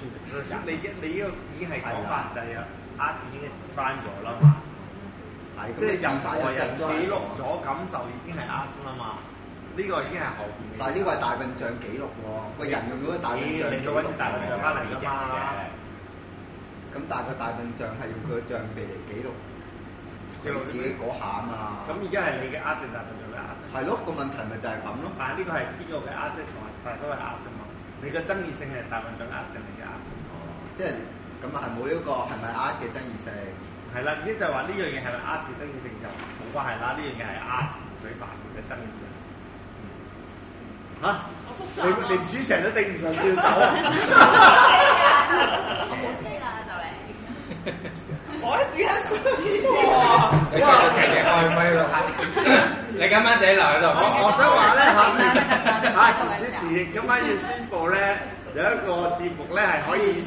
Speaker 3: 你一你呢個已經係講法就係有 art 已經翻咗啦嘛，
Speaker 1: 係
Speaker 3: 即係任
Speaker 1: 法
Speaker 3: 何人
Speaker 1: 都係
Speaker 3: 記錄咗感受已經係 art 啦嘛，呢個已經係後邊嘅嘢。
Speaker 1: 但係呢個係大笨象記錄喎，個人用咗個大笨象
Speaker 3: 你
Speaker 1: 記
Speaker 3: 再
Speaker 1: 錄
Speaker 3: 揾大笨象翻嚟㗎
Speaker 1: Dạ.
Speaker 3: 嘛，
Speaker 1: 咁但係個大笨象係用佢嘅象鼻嚟記錄
Speaker 3: 記錄
Speaker 1: 佢自己嗰下啊嘛。
Speaker 3: 咁而家係你嘅 art 定大笨象嘅 art？
Speaker 1: 係咯，個問題咪就係咁咯。
Speaker 3: 但係呢個係邊個嘅 art 同埋但係都係 art 嘛，你嘅爭議性係大笨象 art 定你嘅 art？
Speaker 1: 即係咁啊，係冇一個係咪 art 嘅爭議性。
Speaker 3: 係啦，依就係話呢樣嘢係咪 art 嘅爭議性就冇關係啦，呢樣嘢係 art 水飯嘅爭議。嚇！你連主持人都頂唔順要走
Speaker 11: 冇車啦就嚟。
Speaker 7: 我點解想呢
Speaker 8: 你繼續開咪咯，你今晚自己留喺
Speaker 3: 我
Speaker 8: 度。
Speaker 3: 我想話咧嚇，啊主持人今晚要宣布咧，有一個節目咧係可以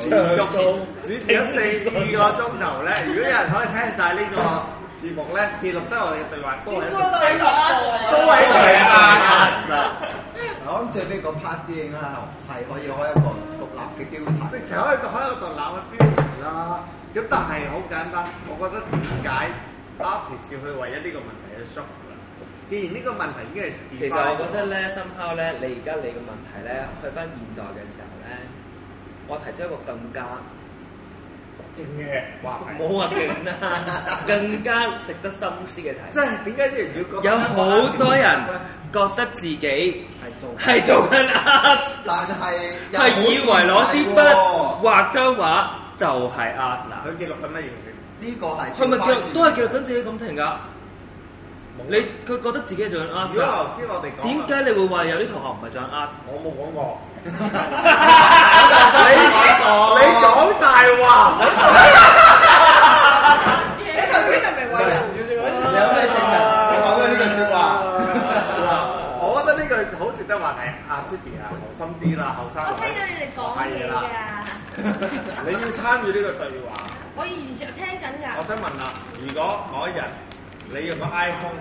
Speaker 3: 持續主持咗四五個鐘頭咧，如果有人可以聽晒呢個節目咧，記錄得我哋嘅對話都係一個
Speaker 7: 個？
Speaker 3: 都係一個
Speaker 8: 係啊，
Speaker 1: Dạ. 我諗最尾嗰 part 啲應該係可以開一個獨立嘅標題
Speaker 3: 直。情可以開一個獨立嘅標題啦。咁但係好簡單，我覺得點解 artist 要去為咗呢個問題去 s h o p 啦？既然呢個問題已經係
Speaker 6: 其實我覺得咧，somehow 咧，你而家你嘅問題咧，去翻現代嘅時候咧，我提出一個更加
Speaker 3: 勁嘅話題，
Speaker 6: 冇話勁
Speaker 3: *laughs*
Speaker 6: 啦，更加值得深思嘅題
Speaker 3: 即。係點解啲人要覺得
Speaker 6: 有好多人
Speaker 3: *laughs*
Speaker 6: 覺得自己
Speaker 1: 係做
Speaker 6: 係做緊 art，
Speaker 1: 但係又好
Speaker 6: 係以為攞啲筆畫張畫就係 art 啦。
Speaker 3: 佢記錄緊乜嘢？
Speaker 1: 呢個係
Speaker 6: 佢咪
Speaker 1: 調
Speaker 6: 記錄
Speaker 1: 翻轉
Speaker 6: 都係記錄緊自己感情㗎？你佢覺得自己係做緊
Speaker 3: 啊如
Speaker 6: art
Speaker 3: 果
Speaker 6: 㗎
Speaker 3: 頭先我哋講啊
Speaker 6: 點解你會話有啲同學唔係做緊 art？
Speaker 3: 我冇講過？
Speaker 1: Dạ,
Speaker 3: 你
Speaker 1: 你
Speaker 3: 講大
Speaker 6: *laughs*
Speaker 3: 話，
Speaker 7: 你頭先係咪話人要做嗰啲
Speaker 1: 有咩證明你講咗呢句説
Speaker 3: 嗱
Speaker 1: 話？，
Speaker 3: 我覺得呢句好值得話題。阿 Judy 啊，留心啲啦，後生
Speaker 11: 我
Speaker 3: 女
Speaker 11: 聽到你哋講嘢
Speaker 3: 係
Speaker 11: 㗎，
Speaker 3: 啦你要參與呢個對話。
Speaker 11: 我完全聽緊㗎
Speaker 3: 我。想問啊，如果某一日你用個 iPhone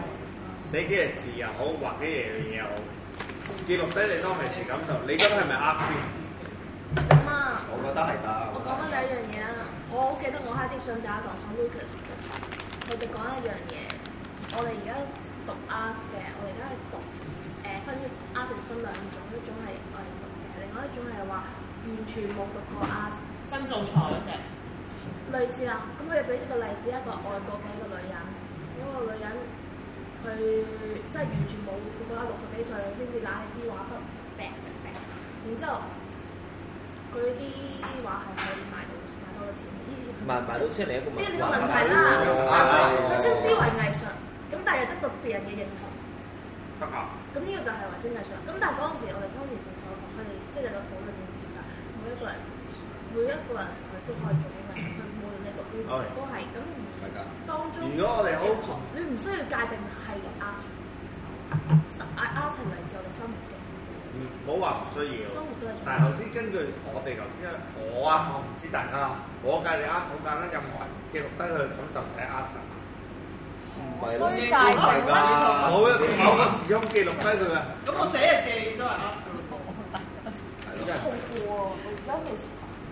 Speaker 3: 寫幾隻字又好，畫幾樣嘢又好，記錄低你當其時感受，你覺得係咪啱先？
Speaker 11: 咁啊，
Speaker 1: 我覺得係
Speaker 11: 我講
Speaker 1: 㗎。
Speaker 11: 翻第一樣嘢啦，我好記得我喺啲信打度上 Lucas，佢哋講一樣嘢，我哋而家讀 art 嘅，我哋而家係讀誒、分 artist 分兩種，一種係我哋讀嘅，另外一種係話完全冇讀過 art，
Speaker 5: 真做錯嗰只。
Speaker 11: 類似啦。咁佢哋俾咗個例子，一個外國嘅一個女人，嗰、個女人佢真係完全冇讀過啦，六十幾歲先至拿起支畫筆，掟掟掟，然之後佢啲畫係可以賣到賣到嘅錢，呢
Speaker 6: 慢慢都出嚟一個
Speaker 11: 呢個呢
Speaker 6: 文
Speaker 11: 個
Speaker 6: 化
Speaker 11: 問題啦，啊佢稱之為藝術，咁但係又得到別人嘅認同，
Speaker 3: 得啊，
Speaker 11: 咁呢個就係為之藝術啦。咁但係嗰陣時，我哋當年成所講，佢哋即係有個討論嘅就係每一個人，每一個人佢都可以做呢個藝術，佢無論你讀邊個都係咁。
Speaker 1: 唔係㗎。
Speaker 11: 當中
Speaker 3: 如果我哋好窮，
Speaker 11: 你唔需要界定係 art，art
Speaker 1: 啊
Speaker 11: 係嚟自我哋生活嘅，
Speaker 3: 嗯唔好話唔需要。
Speaker 11: 生活都係
Speaker 3: 但係頭先根據我哋頭先，我啊，我唔知大家，我計你啱好簡單，任何人記錄低佢嘅感受唔使啱曬。
Speaker 1: 衰債係㗎，
Speaker 3: 某一個某個時空記錄低佢嘅，
Speaker 7: 咁我寫日記都係 ask 佢
Speaker 11: 痛苦喎，尤其是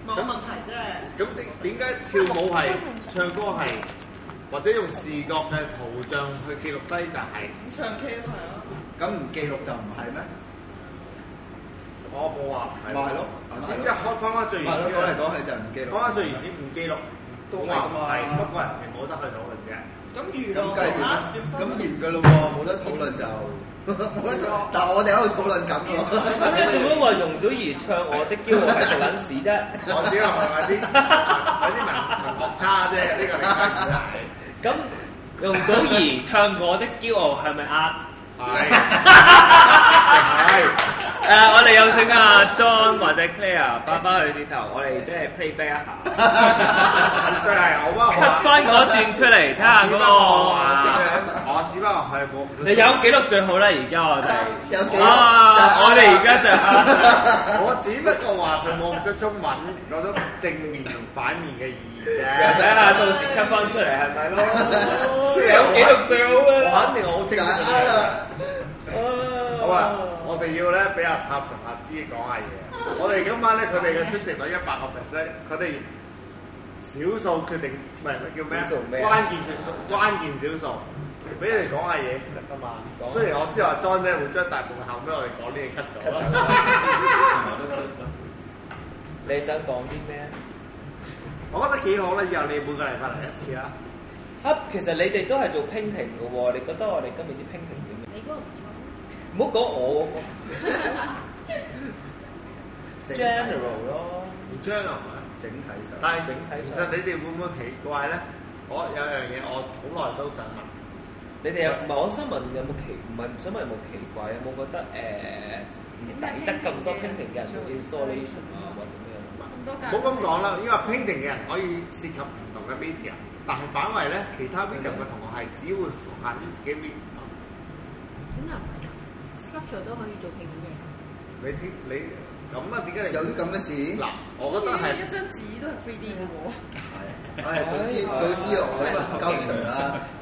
Speaker 7: 冇問題啫。 *laughs*
Speaker 3: 咁點點解跳舞係、唱歌係，或者用視覺嘅圖像去記錄低就係、
Speaker 7: 咁唱 K 都係啊咯。
Speaker 1: 咁唔記錄就唔係咩？
Speaker 3: 我冇話唔
Speaker 1: 咪係咯
Speaker 3: 頭先一開講翻最
Speaker 1: 係
Speaker 3: 原
Speaker 1: 咯，
Speaker 3: 始
Speaker 1: 講嚟
Speaker 3: 嘅，
Speaker 1: 講去就唔記錄。
Speaker 3: 講翻最原始唔
Speaker 7: 啊
Speaker 3: 記錄，
Speaker 1: 都
Speaker 3: 我
Speaker 1: 係
Speaker 3: 話
Speaker 1: 㗎嘛
Speaker 3: 唔係，不過人哋冇得去討論啫。
Speaker 7: 咁娛
Speaker 1: 咁
Speaker 7: 樂
Speaker 1: 梗係
Speaker 7: 同
Speaker 1: 點
Speaker 7: ask
Speaker 1: 啦
Speaker 7: 點？
Speaker 1: 咁
Speaker 7: 分
Speaker 1: 完㗎咯喎，冇得討論就冇得討。 *laughs* 但係我哋喺度討論緊喎。
Speaker 6: 你做乜話容祖兒唱我的驕傲係做撚屎啫？
Speaker 3: 我啊只係話啲有啲文文學差啫，呢個係
Speaker 6: 咁容祖兒唱我的驕傲係咪 art？
Speaker 3: 係
Speaker 6: *laughs*
Speaker 3: 係。
Speaker 6: 誒、啊我哋有請阿 John 或者 Clare 翻返去轉頭，我哋即係 playback 一下
Speaker 3: 真係好啊！
Speaker 6: *laughs* ，cut 翻嗰段出嚟，睇下嗰個
Speaker 3: 我
Speaker 6: 啊。
Speaker 3: 我只不過係我
Speaker 6: 你有記錄最好啦，而家我哋。
Speaker 1: 有幾
Speaker 6: 啊！我哋而家就啊
Speaker 3: *laughs* 我只不過話佢冇咗中文嗰種正面同反面嘅意義啫。
Speaker 6: 睇下到時出翻出嚟係
Speaker 3: *laughs*
Speaker 6: 咪咯？有記錄最好啊㗎啦。
Speaker 3: 我肯定我好清楚。 *laughs* 好啊，我哋要咧俾阿塔同阿芝講下嘢。我哋今晚咧，佢哋嘅出席率一百個 percent，佢哋少數決定，唔係叫咩啊
Speaker 6: 少數？咩啊
Speaker 3: 關鍵決數，關鍵少數。俾你哋講下嘢先得㗎嘛。雖然我知道阿 John 咧會將大部分後尾我哋講啲嘢 cut 咗
Speaker 6: 你想講啲咩啊？
Speaker 3: 我覺得幾好啦，以後你每個禮拜嚟一次啦。
Speaker 6: 啊，其實你哋都係做 painting 嘅喎，你覺得我哋今年啲 painting 點咧？
Speaker 12: 你嗰個唔錯，
Speaker 6: 唔好講我嗰個
Speaker 1: 整體
Speaker 6: general 咯，
Speaker 3: 唔將啊係咪？
Speaker 1: 整體上，
Speaker 3: 但係整體，其實你哋會唔會奇怪咧？我有樣嘢我好耐都想問，
Speaker 6: 你哋有唔係我想問有冇奇唔係唔想問有冇奇怪，有冇覺得誒唔抵得咁多 painting 嘅人做 installation 啊或者咩啊？
Speaker 13: 咁多
Speaker 3: 唔好咁講啦，因為 painting 嘅人可以涉及唔同嘅 media，但係反為咧，其他 media 嘅同學係只會局限於自己 media。
Speaker 9: 咁又唔係㗎，sculpture 都可以做平面嘢，
Speaker 3: 你聽你咁啊？點解你
Speaker 1: 有啲咁嘅事
Speaker 3: 嗱？，我覺得係
Speaker 13: 一張紙都係 three D 嘅喎。
Speaker 1: 係，唉，早知早知我呢個鳩場啦。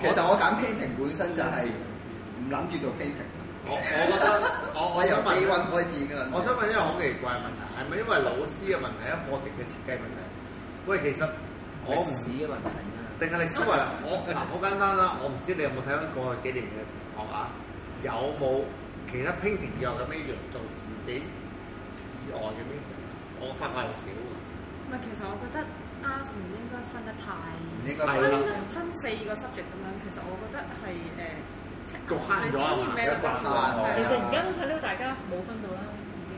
Speaker 1: 其實我揀 painting 本身就係唔諗住做 painting，
Speaker 3: 我我覺得我
Speaker 1: 我
Speaker 3: 我
Speaker 1: 由
Speaker 3: 想
Speaker 1: day
Speaker 3: 問，
Speaker 1: one 開始㗎。
Speaker 3: 我想問一個好奇怪嘅問題，係咪因為老師嘅問題，啊課程嘅設計問題？喂，其實我
Speaker 6: 歷
Speaker 3: 唔
Speaker 6: 史嘅問題啊。
Speaker 3: 定係歷史
Speaker 1: *laughs*
Speaker 3: 為例我嗱好簡單啦，我唔知你有冇睇翻過去幾年嘅同學啊，有冇其他 painting 以外嘅 major 做自己以外嘅 major？我發覺係少嘅，
Speaker 13: 唔係，其實我覺得 art 唔應該分得太
Speaker 1: 唔應該
Speaker 3: 係
Speaker 13: 分
Speaker 3: 啦
Speaker 13: 得分四個 subject 咁樣。其實我覺得係誒，
Speaker 3: 局限咗係嘛
Speaker 13: 咩都
Speaker 1: 局限咗
Speaker 13: 係
Speaker 9: 其實而家都睇到大家冇分到啦，已經。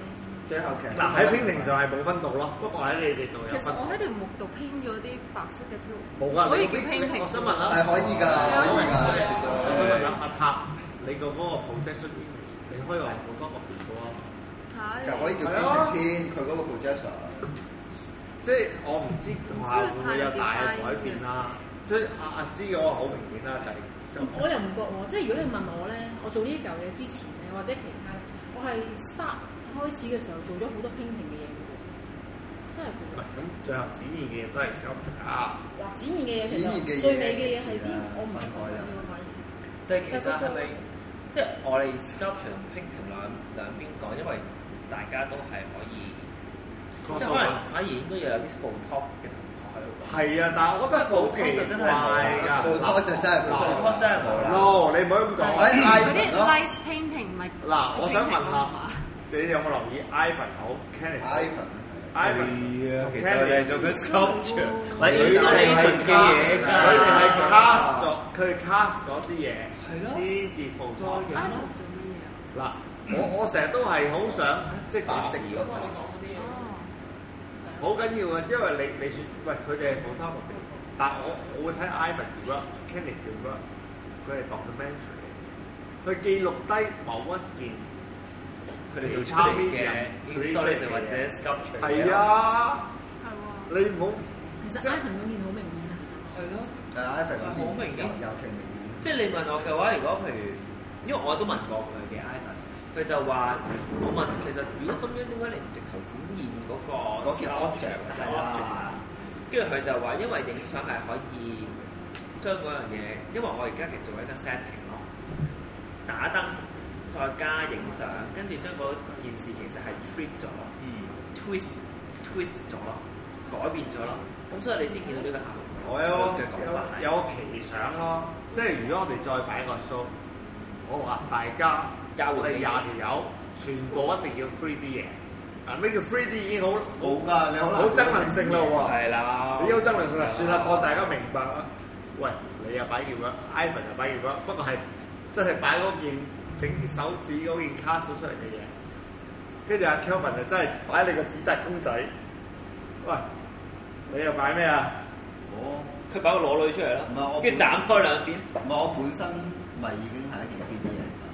Speaker 1: 最後其實
Speaker 3: 嗱喺 painting 就係冇分到咯，不過喺你哋度
Speaker 13: 其
Speaker 3: 有
Speaker 13: 實
Speaker 3: 分
Speaker 13: 我喺條木度拼咗啲白色嘅標，
Speaker 3: 冇㗎。
Speaker 13: 可以
Speaker 3: 你
Speaker 13: 叫 painting
Speaker 3: 我想問啦，
Speaker 1: 係可以㗎，
Speaker 9: 啊
Speaker 1: 可以㗎，絕對。
Speaker 3: 我想問啦，阿塔，你個嗰個 projection 你可以話係 photography 嘅喎，
Speaker 13: 係
Speaker 1: 就可以叫 painting 添，佢嗰個 projection。
Speaker 3: 即係我唔知學校會唔會有大嘅改變啦。即係阿阿芝嘅話好明顯啦，就係
Speaker 9: 我又唔覺喎，即係如果你問我咧，我做呢嚿嘢之前咧，或者其他咧，我係 start 開始嘅時候做咗好多 painting 嘅嘢嘅喎，真係嘅
Speaker 3: 唔
Speaker 9: 喎
Speaker 3: 係咁，最後展現嘅嘢都係 sculpture 啊。
Speaker 9: 嗱，展現嘅嘢其
Speaker 1: 展現嘅嘢
Speaker 9: 實最美嘅嘢係啲我唔
Speaker 1: 分
Speaker 9: 覺
Speaker 1: 開啦
Speaker 9: 嘅反而。
Speaker 6: 但係其實係咪即係我哋 sculpture 同 painting 兩兩邊講，因為大家都係可以，即係可能反而應該要有啲 photo 嘅同學喺度講。
Speaker 3: 係啊，但係我覺得好奇
Speaker 1: 富
Speaker 3: 怪
Speaker 1: 拖
Speaker 3: 㗎。
Speaker 1: 就真係富拖。
Speaker 6: photo 真係冇啦。
Speaker 3: No，你唔好
Speaker 1: 喂
Speaker 3: 咁講。
Speaker 13: 嗰啲
Speaker 1: Ivan 咯
Speaker 13: light painting 唔係
Speaker 3: 嗱，我想問
Speaker 13: painting
Speaker 3: 下
Speaker 13: 啊嘛
Speaker 3: 你哋有冇留意 Ivan 好 Kenny 好
Speaker 1: ，Ivan
Speaker 6: 其實我哋
Speaker 3: Ivan 同 Kenny
Speaker 6: 係做緊 sculpture，
Speaker 13: 哦
Speaker 6: 啊
Speaker 3: 佢
Speaker 6: 係
Speaker 3: 哋
Speaker 6: installation 嘅嘢㗎。
Speaker 3: 佢哋係 cast 咗，佢哋 cast 咗啲嘢
Speaker 6: 係咯
Speaker 3: 先至 photo 嘅。
Speaker 13: ，art 做乜嘢啊？
Speaker 3: 嗱，我我成日都係好想即係
Speaker 1: 白色嗰個
Speaker 13: 哦，
Speaker 3: 好緊要啊，因為你你算喂佢哋係 photography，但我我會睇 Ivan 嘅 work、Kenny 嘅 work，佢係 documentary，佢記錄低某一件
Speaker 6: 佢哋做出嚟嘅 installation 或者 sculpture。
Speaker 3: 係。啊，
Speaker 13: 係喎。
Speaker 3: 你唔好
Speaker 9: 其實 Ivan 嗰件好明顯啊，其實
Speaker 6: 係咯。
Speaker 1: 係 Ivan 嗰邊
Speaker 6: 好明顯
Speaker 1: 尤其明顯。
Speaker 6: 即係你問我嘅話，如果譬如，因為我都問過佢嘅 Ivan，佢就話：我問其實如果咁樣，點解你唔直頭展現嗰個
Speaker 1: 嗰件 object
Speaker 6: 嗰
Speaker 1: 就
Speaker 6: 件
Speaker 1: 係
Speaker 6: object 啊
Speaker 1: 啦？
Speaker 6: 跟住佢就話，因為影相係可以將嗰樣嘢，因為我而家係做一個 setting 咯，打燈再加影相，跟住將嗰件事其實係 trip 咗咯，twist twist 咗咯，改變咗咯，咁所以你先見到呢個效果。
Speaker 3: 我有
Speaker 6: 嘅講法係
Speaker 3: 有有個奇想咯，即係如果我哋再擺個 show，我話大家
Speaker 6: 交換
Speaker 3: 我
Speaker 6: 意
Speaker 3: 哋
Speaker 6: 見
Speaker 3: 廿條友全部一定要 three D 嘢，啊咩叫 three D 已經好
Speaker 1: 冇㗎，你好難
Speaker 3: 好爭論性啦喎。
Speaker 6: 係啦，
Speaker 3: 你優質論述啦，算啦，當大家明白啦。喂，你又擺件 work，Ivan 又擺件 work，不過係真係擺嗰件整件手指嗰件 cast 出嚟嘅嘢。跟住阿 Kelvin 就真係擺你個紙紮公仔。喂，你又擺咩啊？
Speaker 1: 我
Speaker 6: 佢擺個裸女出嚟啦
Speaker 1: 唔係我，
Speaker 6: 跟住斬開兩邊，
Speaker 1: 唔係我本身咪已經係一件 3D 嘢嚟㗎，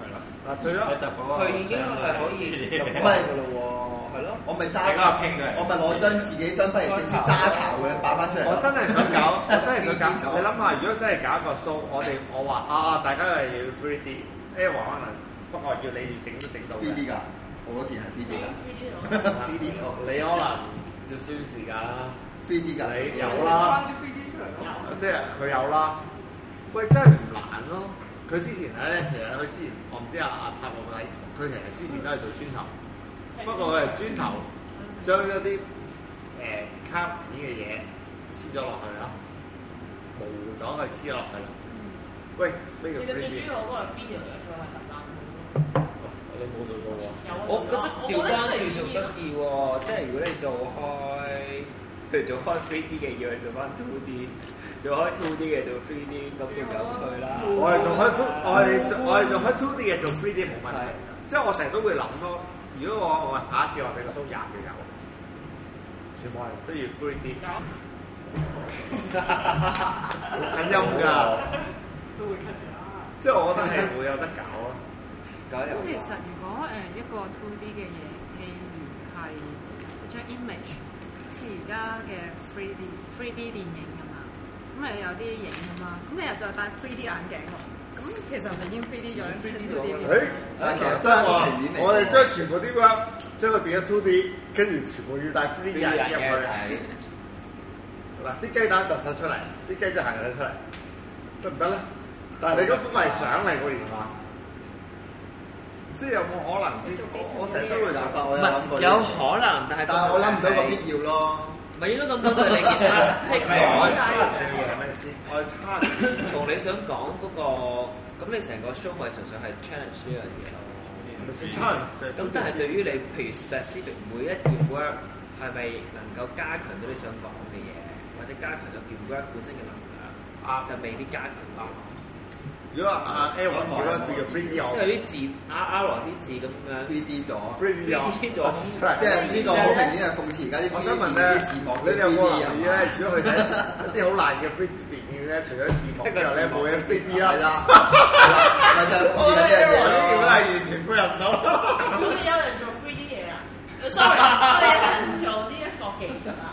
Speaker 3: 係啦。嗱，最咗
Speaker 14: 你揼嗰個
Speaker 6: 佢已經係可以
Speaker 3: *laughs*
Speaker 6: 入
Speaker 1: 唔
Speaker 6: 波
Speaker 1: 係
Speaker 6: 噶咯喎，係咯。
Speaker 1: 我咪
Speaker 14: 大
Speaker 1: 揸
Speaker 14: 家又傾嘅
Speaker 1: 我咪攞張自己張筆嚟直接揸巢嘅擺翻出嚟咯。
Speaker 3: 我真係想搞，我真係想
Speaker 1: 3D
Speaker 3: 搞。
Speaker 1: 就
Speaker 3: 你諗下，如果真係搞一個 show，我哋我話啊，大家係要 three D，因為話可能不過要你整都整到嘅啊
Speaker 1: 3D 㗎，我嗰件係 3D
Speaker 6: 你可
Speaker 1: 㗎。3D *laughs* 就
Speaker 6: 能要消時間啦，
Speaker 1: 3D 㗎，
Speaker 6: 你
Speaker 7: 有
Speaker 6: 有
Speaker 7: 啦
Speaker 6: 啦，
Speaker 7: 啲 3D 出嚟咯。
Speaker 3: 啊即係佢有啦。喂，真係唔難咯。佢之前咧，其實佢之前我唔知啊阿阿塔有冇睇，佢其實之前都係做磚頭，
Speaker 5: 嗯
Speaker 3: 不過佢係磚頭將一啲誒卡片嘅嘢黐咗落去啦，模糊咗佢黐咗落去啦。喂，呢
Speaker 5: 嗯
Speaker 3: 個啊
Speaker 5: 其實呃最
Speaker 3: 3D
Speaker 5: 主要嗰個 video 嘅最係特登，
Speaker 3: 你冇做過喎。
Speaker 5: 有啊
Speaker 6: 我覺得
Speaker 5: 有
Speaker 6: 調翻轉
Speaker 5: 啊我覺得出嚟
Speaker 6: 仲
Speaker 5: 自
Speaker 6: 得
Speaker 5: 然咯
Speaker 6: 意喎，即係如果你做開，譬如做開 3D 嘅嘢，做翻 2D，做開 2D 嘅做 3D，咁就有趣啦。
Speaker 3: 我哋做開 two，我哋做我哋做開 two D 嘅做 three D 冇問題。即係我成日都會諗咯，如果我我下一次我哋個 show 廿條友，全部人都要 three D，好緊音㗎，
Speaker 7: 都會 cut 㗎啦。
Speaker 3: 即係我覺得係會有得搞咯。
Speaker 6: 梗
Speaker 9: 咁其
Speaker 6: 有
Speaker 9: 實如果誒、一個 two D 嘅嘢，譬如係一張 image，好似而家嘅 three D three D 電影咁嘛，咁你有啲影咁嘛，咁你又再戴 three D 眼鏡喎，咁其實咪已經 three D 咗
Speaker 6: 哎
Speaker 3: 哎
Speaker 9: 張 two D
Speaker 3: 誒
Speaker 9: 片。，
Speaker 1: 但係其實都係一個平面嚟嘅
Speaker 3: 我哋將全部啲 work 將佢變咗 two D，跟住全部要帶 three D 啊入
Speaker 6: 啊
Speaker 3: 去。嗱，啲雞蛋凸晒出嚟，啲雞仔行晒出嚟，得唔得咧？但係你嗰幅係相嚟喎，原來，即係有冇可能先？我我成日都
Speaker 1: 有
Speaker 3: 會諗
Speaker 1: 法
Speaker 3: 法，
Speaker 1: 我
Speaker 6: 唔
Speaker 1: 有諗過
Speaker 6: 係有
Speaker 1: 呢樣嘢，
Speaker 6: 可能，但係
Speaker 1: 但係我諗唔到個必要咯。
Speaker 6: 唔係應該咁講對你嘅，即係
Speaker 3: 我
Speaker 6: 講
Speaker 3: 差住嘅咩先？我差住
Speaker 6: 同你想講嗰個，咁你成個 show 咪純粹係 challenge 呢樣嘢咯。
Speaker 3: 咪先差住。
Speaker 6: 咁但係對於你譬如 specific 每一件 work 係咪能夠加強到你想講嘅嘢，或者加強到件 work 本身嘅能量，
Speaker 3: 啊，
Speaker 6: 就未必加強到。
Speaker 3: 如果阿 L 揾我咧，變咗 three D
Speaker 6: 即
Speaker 3: 我
Speaker 6: 係有啲字 R R 啲字咁樣，
Speaker 1: 3D 咗，
Speaker 3: three D 我出嚟
Speaker 1: 哦即。係呢個好明顯係諷刺而家啲
Speaker 3: 我想問
Speaker 1: 3D
Speaker 3: 咧
Speaker 1: 啲字幕，
Speaker 3: 你
Speaker 1: 即
Speaker 3: 哋
Speaker 1: 3D
Speaker 3: 有冇留意
Speaker 1: 係
Speaker 3: 咧
Speaker 1: 嘛？？
Speaker 3: 如果佢睇一啲好爛嘅 three D 電影咧，除咗字幕之後咧，冇嘢 three D 啦。
Speaker 1: 係啦，係啦，咪就係
Speaker 3: 我
Speaker 1: 諷刺
Speaker 3: 覺
Speaker 1: 緊
Speaker 3: 得 L
Speaker 1: 呢樣嘢咯
Speaker 3: 呢條都係。完全配合唔
Speaker 1: *laughs*
Speaker 3: 到。
Speaker 5: 咁我哋有人做 3D 嘢啊？sorry，我哋有人做呢一個技術啊，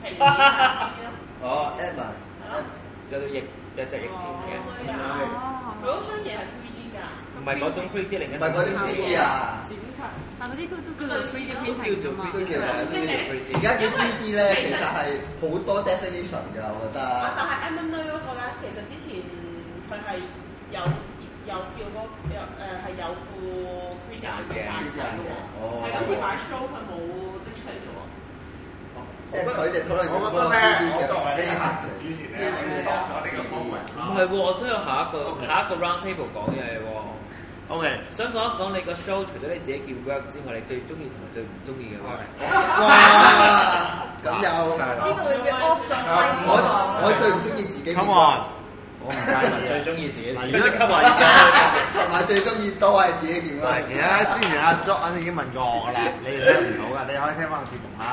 Speaker 5: 平面啊
Speaker 1: 哦 e m a
Speaker 5: 係咯，
Speaker 6: 有對翼有隻翼添嘅，
Speaker 5: 佢嗰張嘢係 3D 㗎，
Speaker 6: 唔係嗰種 three D 另一
Speaker 1: 唔係嗰啲 3D 啊，
Speaker 9: 但嗰啲都都叫做 three D 編
Speaker 6: 都叫
Speaker 9: 評
Speaker 6: 做
Speaker 9: 㗎嘛
Speaker 1: 都。叫 3D
Speaker 5: 因。為
Speaker 1: 而家叫 3D 咧，其實係好多 definition 㗎，我覺
Speaker 5: 啊，
Speaker 1: 得。
Speaker 5: 但係 M M A 嗰個咧，其實之前佢係有有叫嗰有誒係有副 3D 眼鏡嘅喎，
Speaker 1: 哦
Speaker 5: 係今次買 show 佢冇拎出嚟嘅喎。
Speaker 1: 哦即係佢哋討論嗰
Speaker 3: 我覺
Speaker 1: 個
Speaker 3: 得
Speaker 1: 3D
Speaker 3: 咧，我
Speaker 1: 嘅
Speaker 3: 作為呢個
Speaker 1: AI
Speaker 3: 主持咧，你索咗呢個方位
Speaker 6: 唔係喎，我想有下一個下一個 round table 講嘢喎。
Speaker 3: O K，
Speaker 6: 想講一講你個 show，除咗你自己叫 work 之外，你最中意同埋最唔中意嘅 work。
Speaker 1: 哇！咁又
Speaker 11: 呢度會唔會 off 咗
Speaker 1: 我我最唔中意自己
Speaker 3: Come
Speaker 1: 邊
Speaker 3: on，我唔介
Speaker 14: 最中意自己。
Speaker 3: 意。
Speaker 6: 如果
Speaker 3: 嗱，如
Speaker 6: 即
Speaker 3: 果
Speaker 6: 刻話
Speaker 1: *laughs*
Speaker 6: 而家
Speaker 1: 同埋最中意都係自己點
Speaker 3: 嗱，
Speaker 1: 啦。
Speaker 3: 其實咧，之前阿 j o h n 已經問過我㗎啦，你哋聽唔到㗎，你可以聽翻個節目嚇。